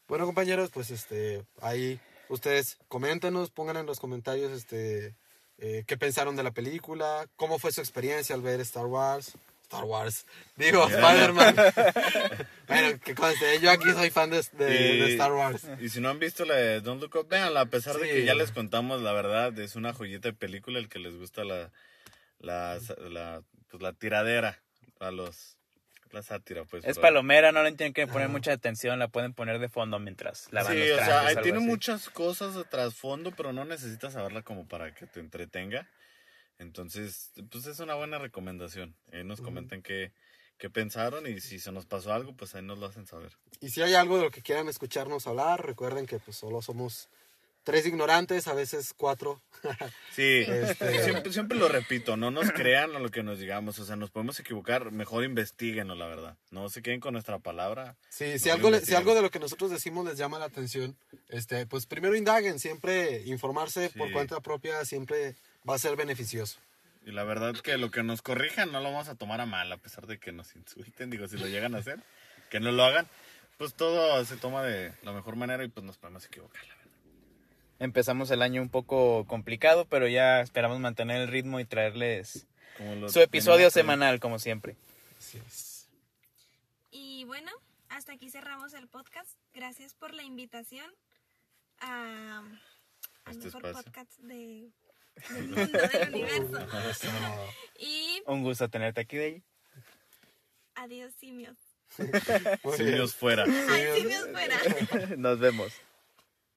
S3: Bueno, compañeros, pues este, ahí ustedes coméntenos, pongan en los comentarios este, eh, qué pensaron de la película, cómo fue su experiencia al ver Star Wars. Star Wars, digo, Spider-Man. bueno, que conste, yo aquí soy fan de, de- de
S2: Sí.
S3: Star Wars.
S2: Y si no han visto la de Don't Look Up, véanla, a pesar de que
S3: Sí.
S2: ya les contamos la verdad, es una joyita de película el que les gusta la, la, la, pues, la tiradera a los... La sátira, pues.
S1: Es
S2: pero-
S1: palomera, no le tienen que poner
S3: Ajá.
S1: mucha atención, la pueden poner de fondo mientras la van
S2: Sí, o sea, ahí tiene muchas cosas de trasfondo, pero no necesitas saberla como para que te entretenga. Entonces, pues es una buena recomendación. Ahí nos
S3: Ujú.
S2: comentan qué, qué pensaron y si se nos pasó algo, pues ahí nos lo hacen saber.
S3: Y si hay algo de lo que quieran escucharnos hablar, recuerden que pues solo somos tres ignorantes, a veces cuatro.
S2: Sí,
S3: Este-
S2: siempre, siempre lo repito, no nos crean a lo que nos digamos, o sea, nos podemos equivocar, mejor investiguenlo, la verdad. No se queden con nuestra palabra.
S3: Sí, si
S2: No,
S3: algo,
S2: yo
S3: le-
S2: me
S3: si
S2: tiro.
S3: algo de lo que nosotros decimos les llama la atención, este, pues primero indaguen, siempre informarse por
S2: Sí.
S3: cuenta propia siempre va a ser beneficioso.
S2: Y la verdad que lo que nos corrijan no lo vamos a tomar a mal, a pesar de que nos insulten, digo, si lo llegan a hacer. que no lo hagan. Pues todo se toma de la mejor manera y pues nos podemos equivocar, la verdad.
S1: Empezamos el año un poco complicado, pero ya esperamos mantener el ritmo y traerles
S2: Como lo-
S1: su episodio
S2: tenemos-
S1: semanal, como siempre.
S3: Así es.
S4: Y bueno, hasta aquí cerramos el podcast. Gracias por la invitación a, al
S2: Este
S4: mejor
S2: espacio.
S4: podcast de, del mundo, del universo. Y
S1: Un gusto tenerte aquí, Dey.
S4: adiós, simios.
S3: Muy
S2: Sí,
S3: bien.
S2: Dios fuera.
S4: Ay, simios fuera.
S1: Nos vemos.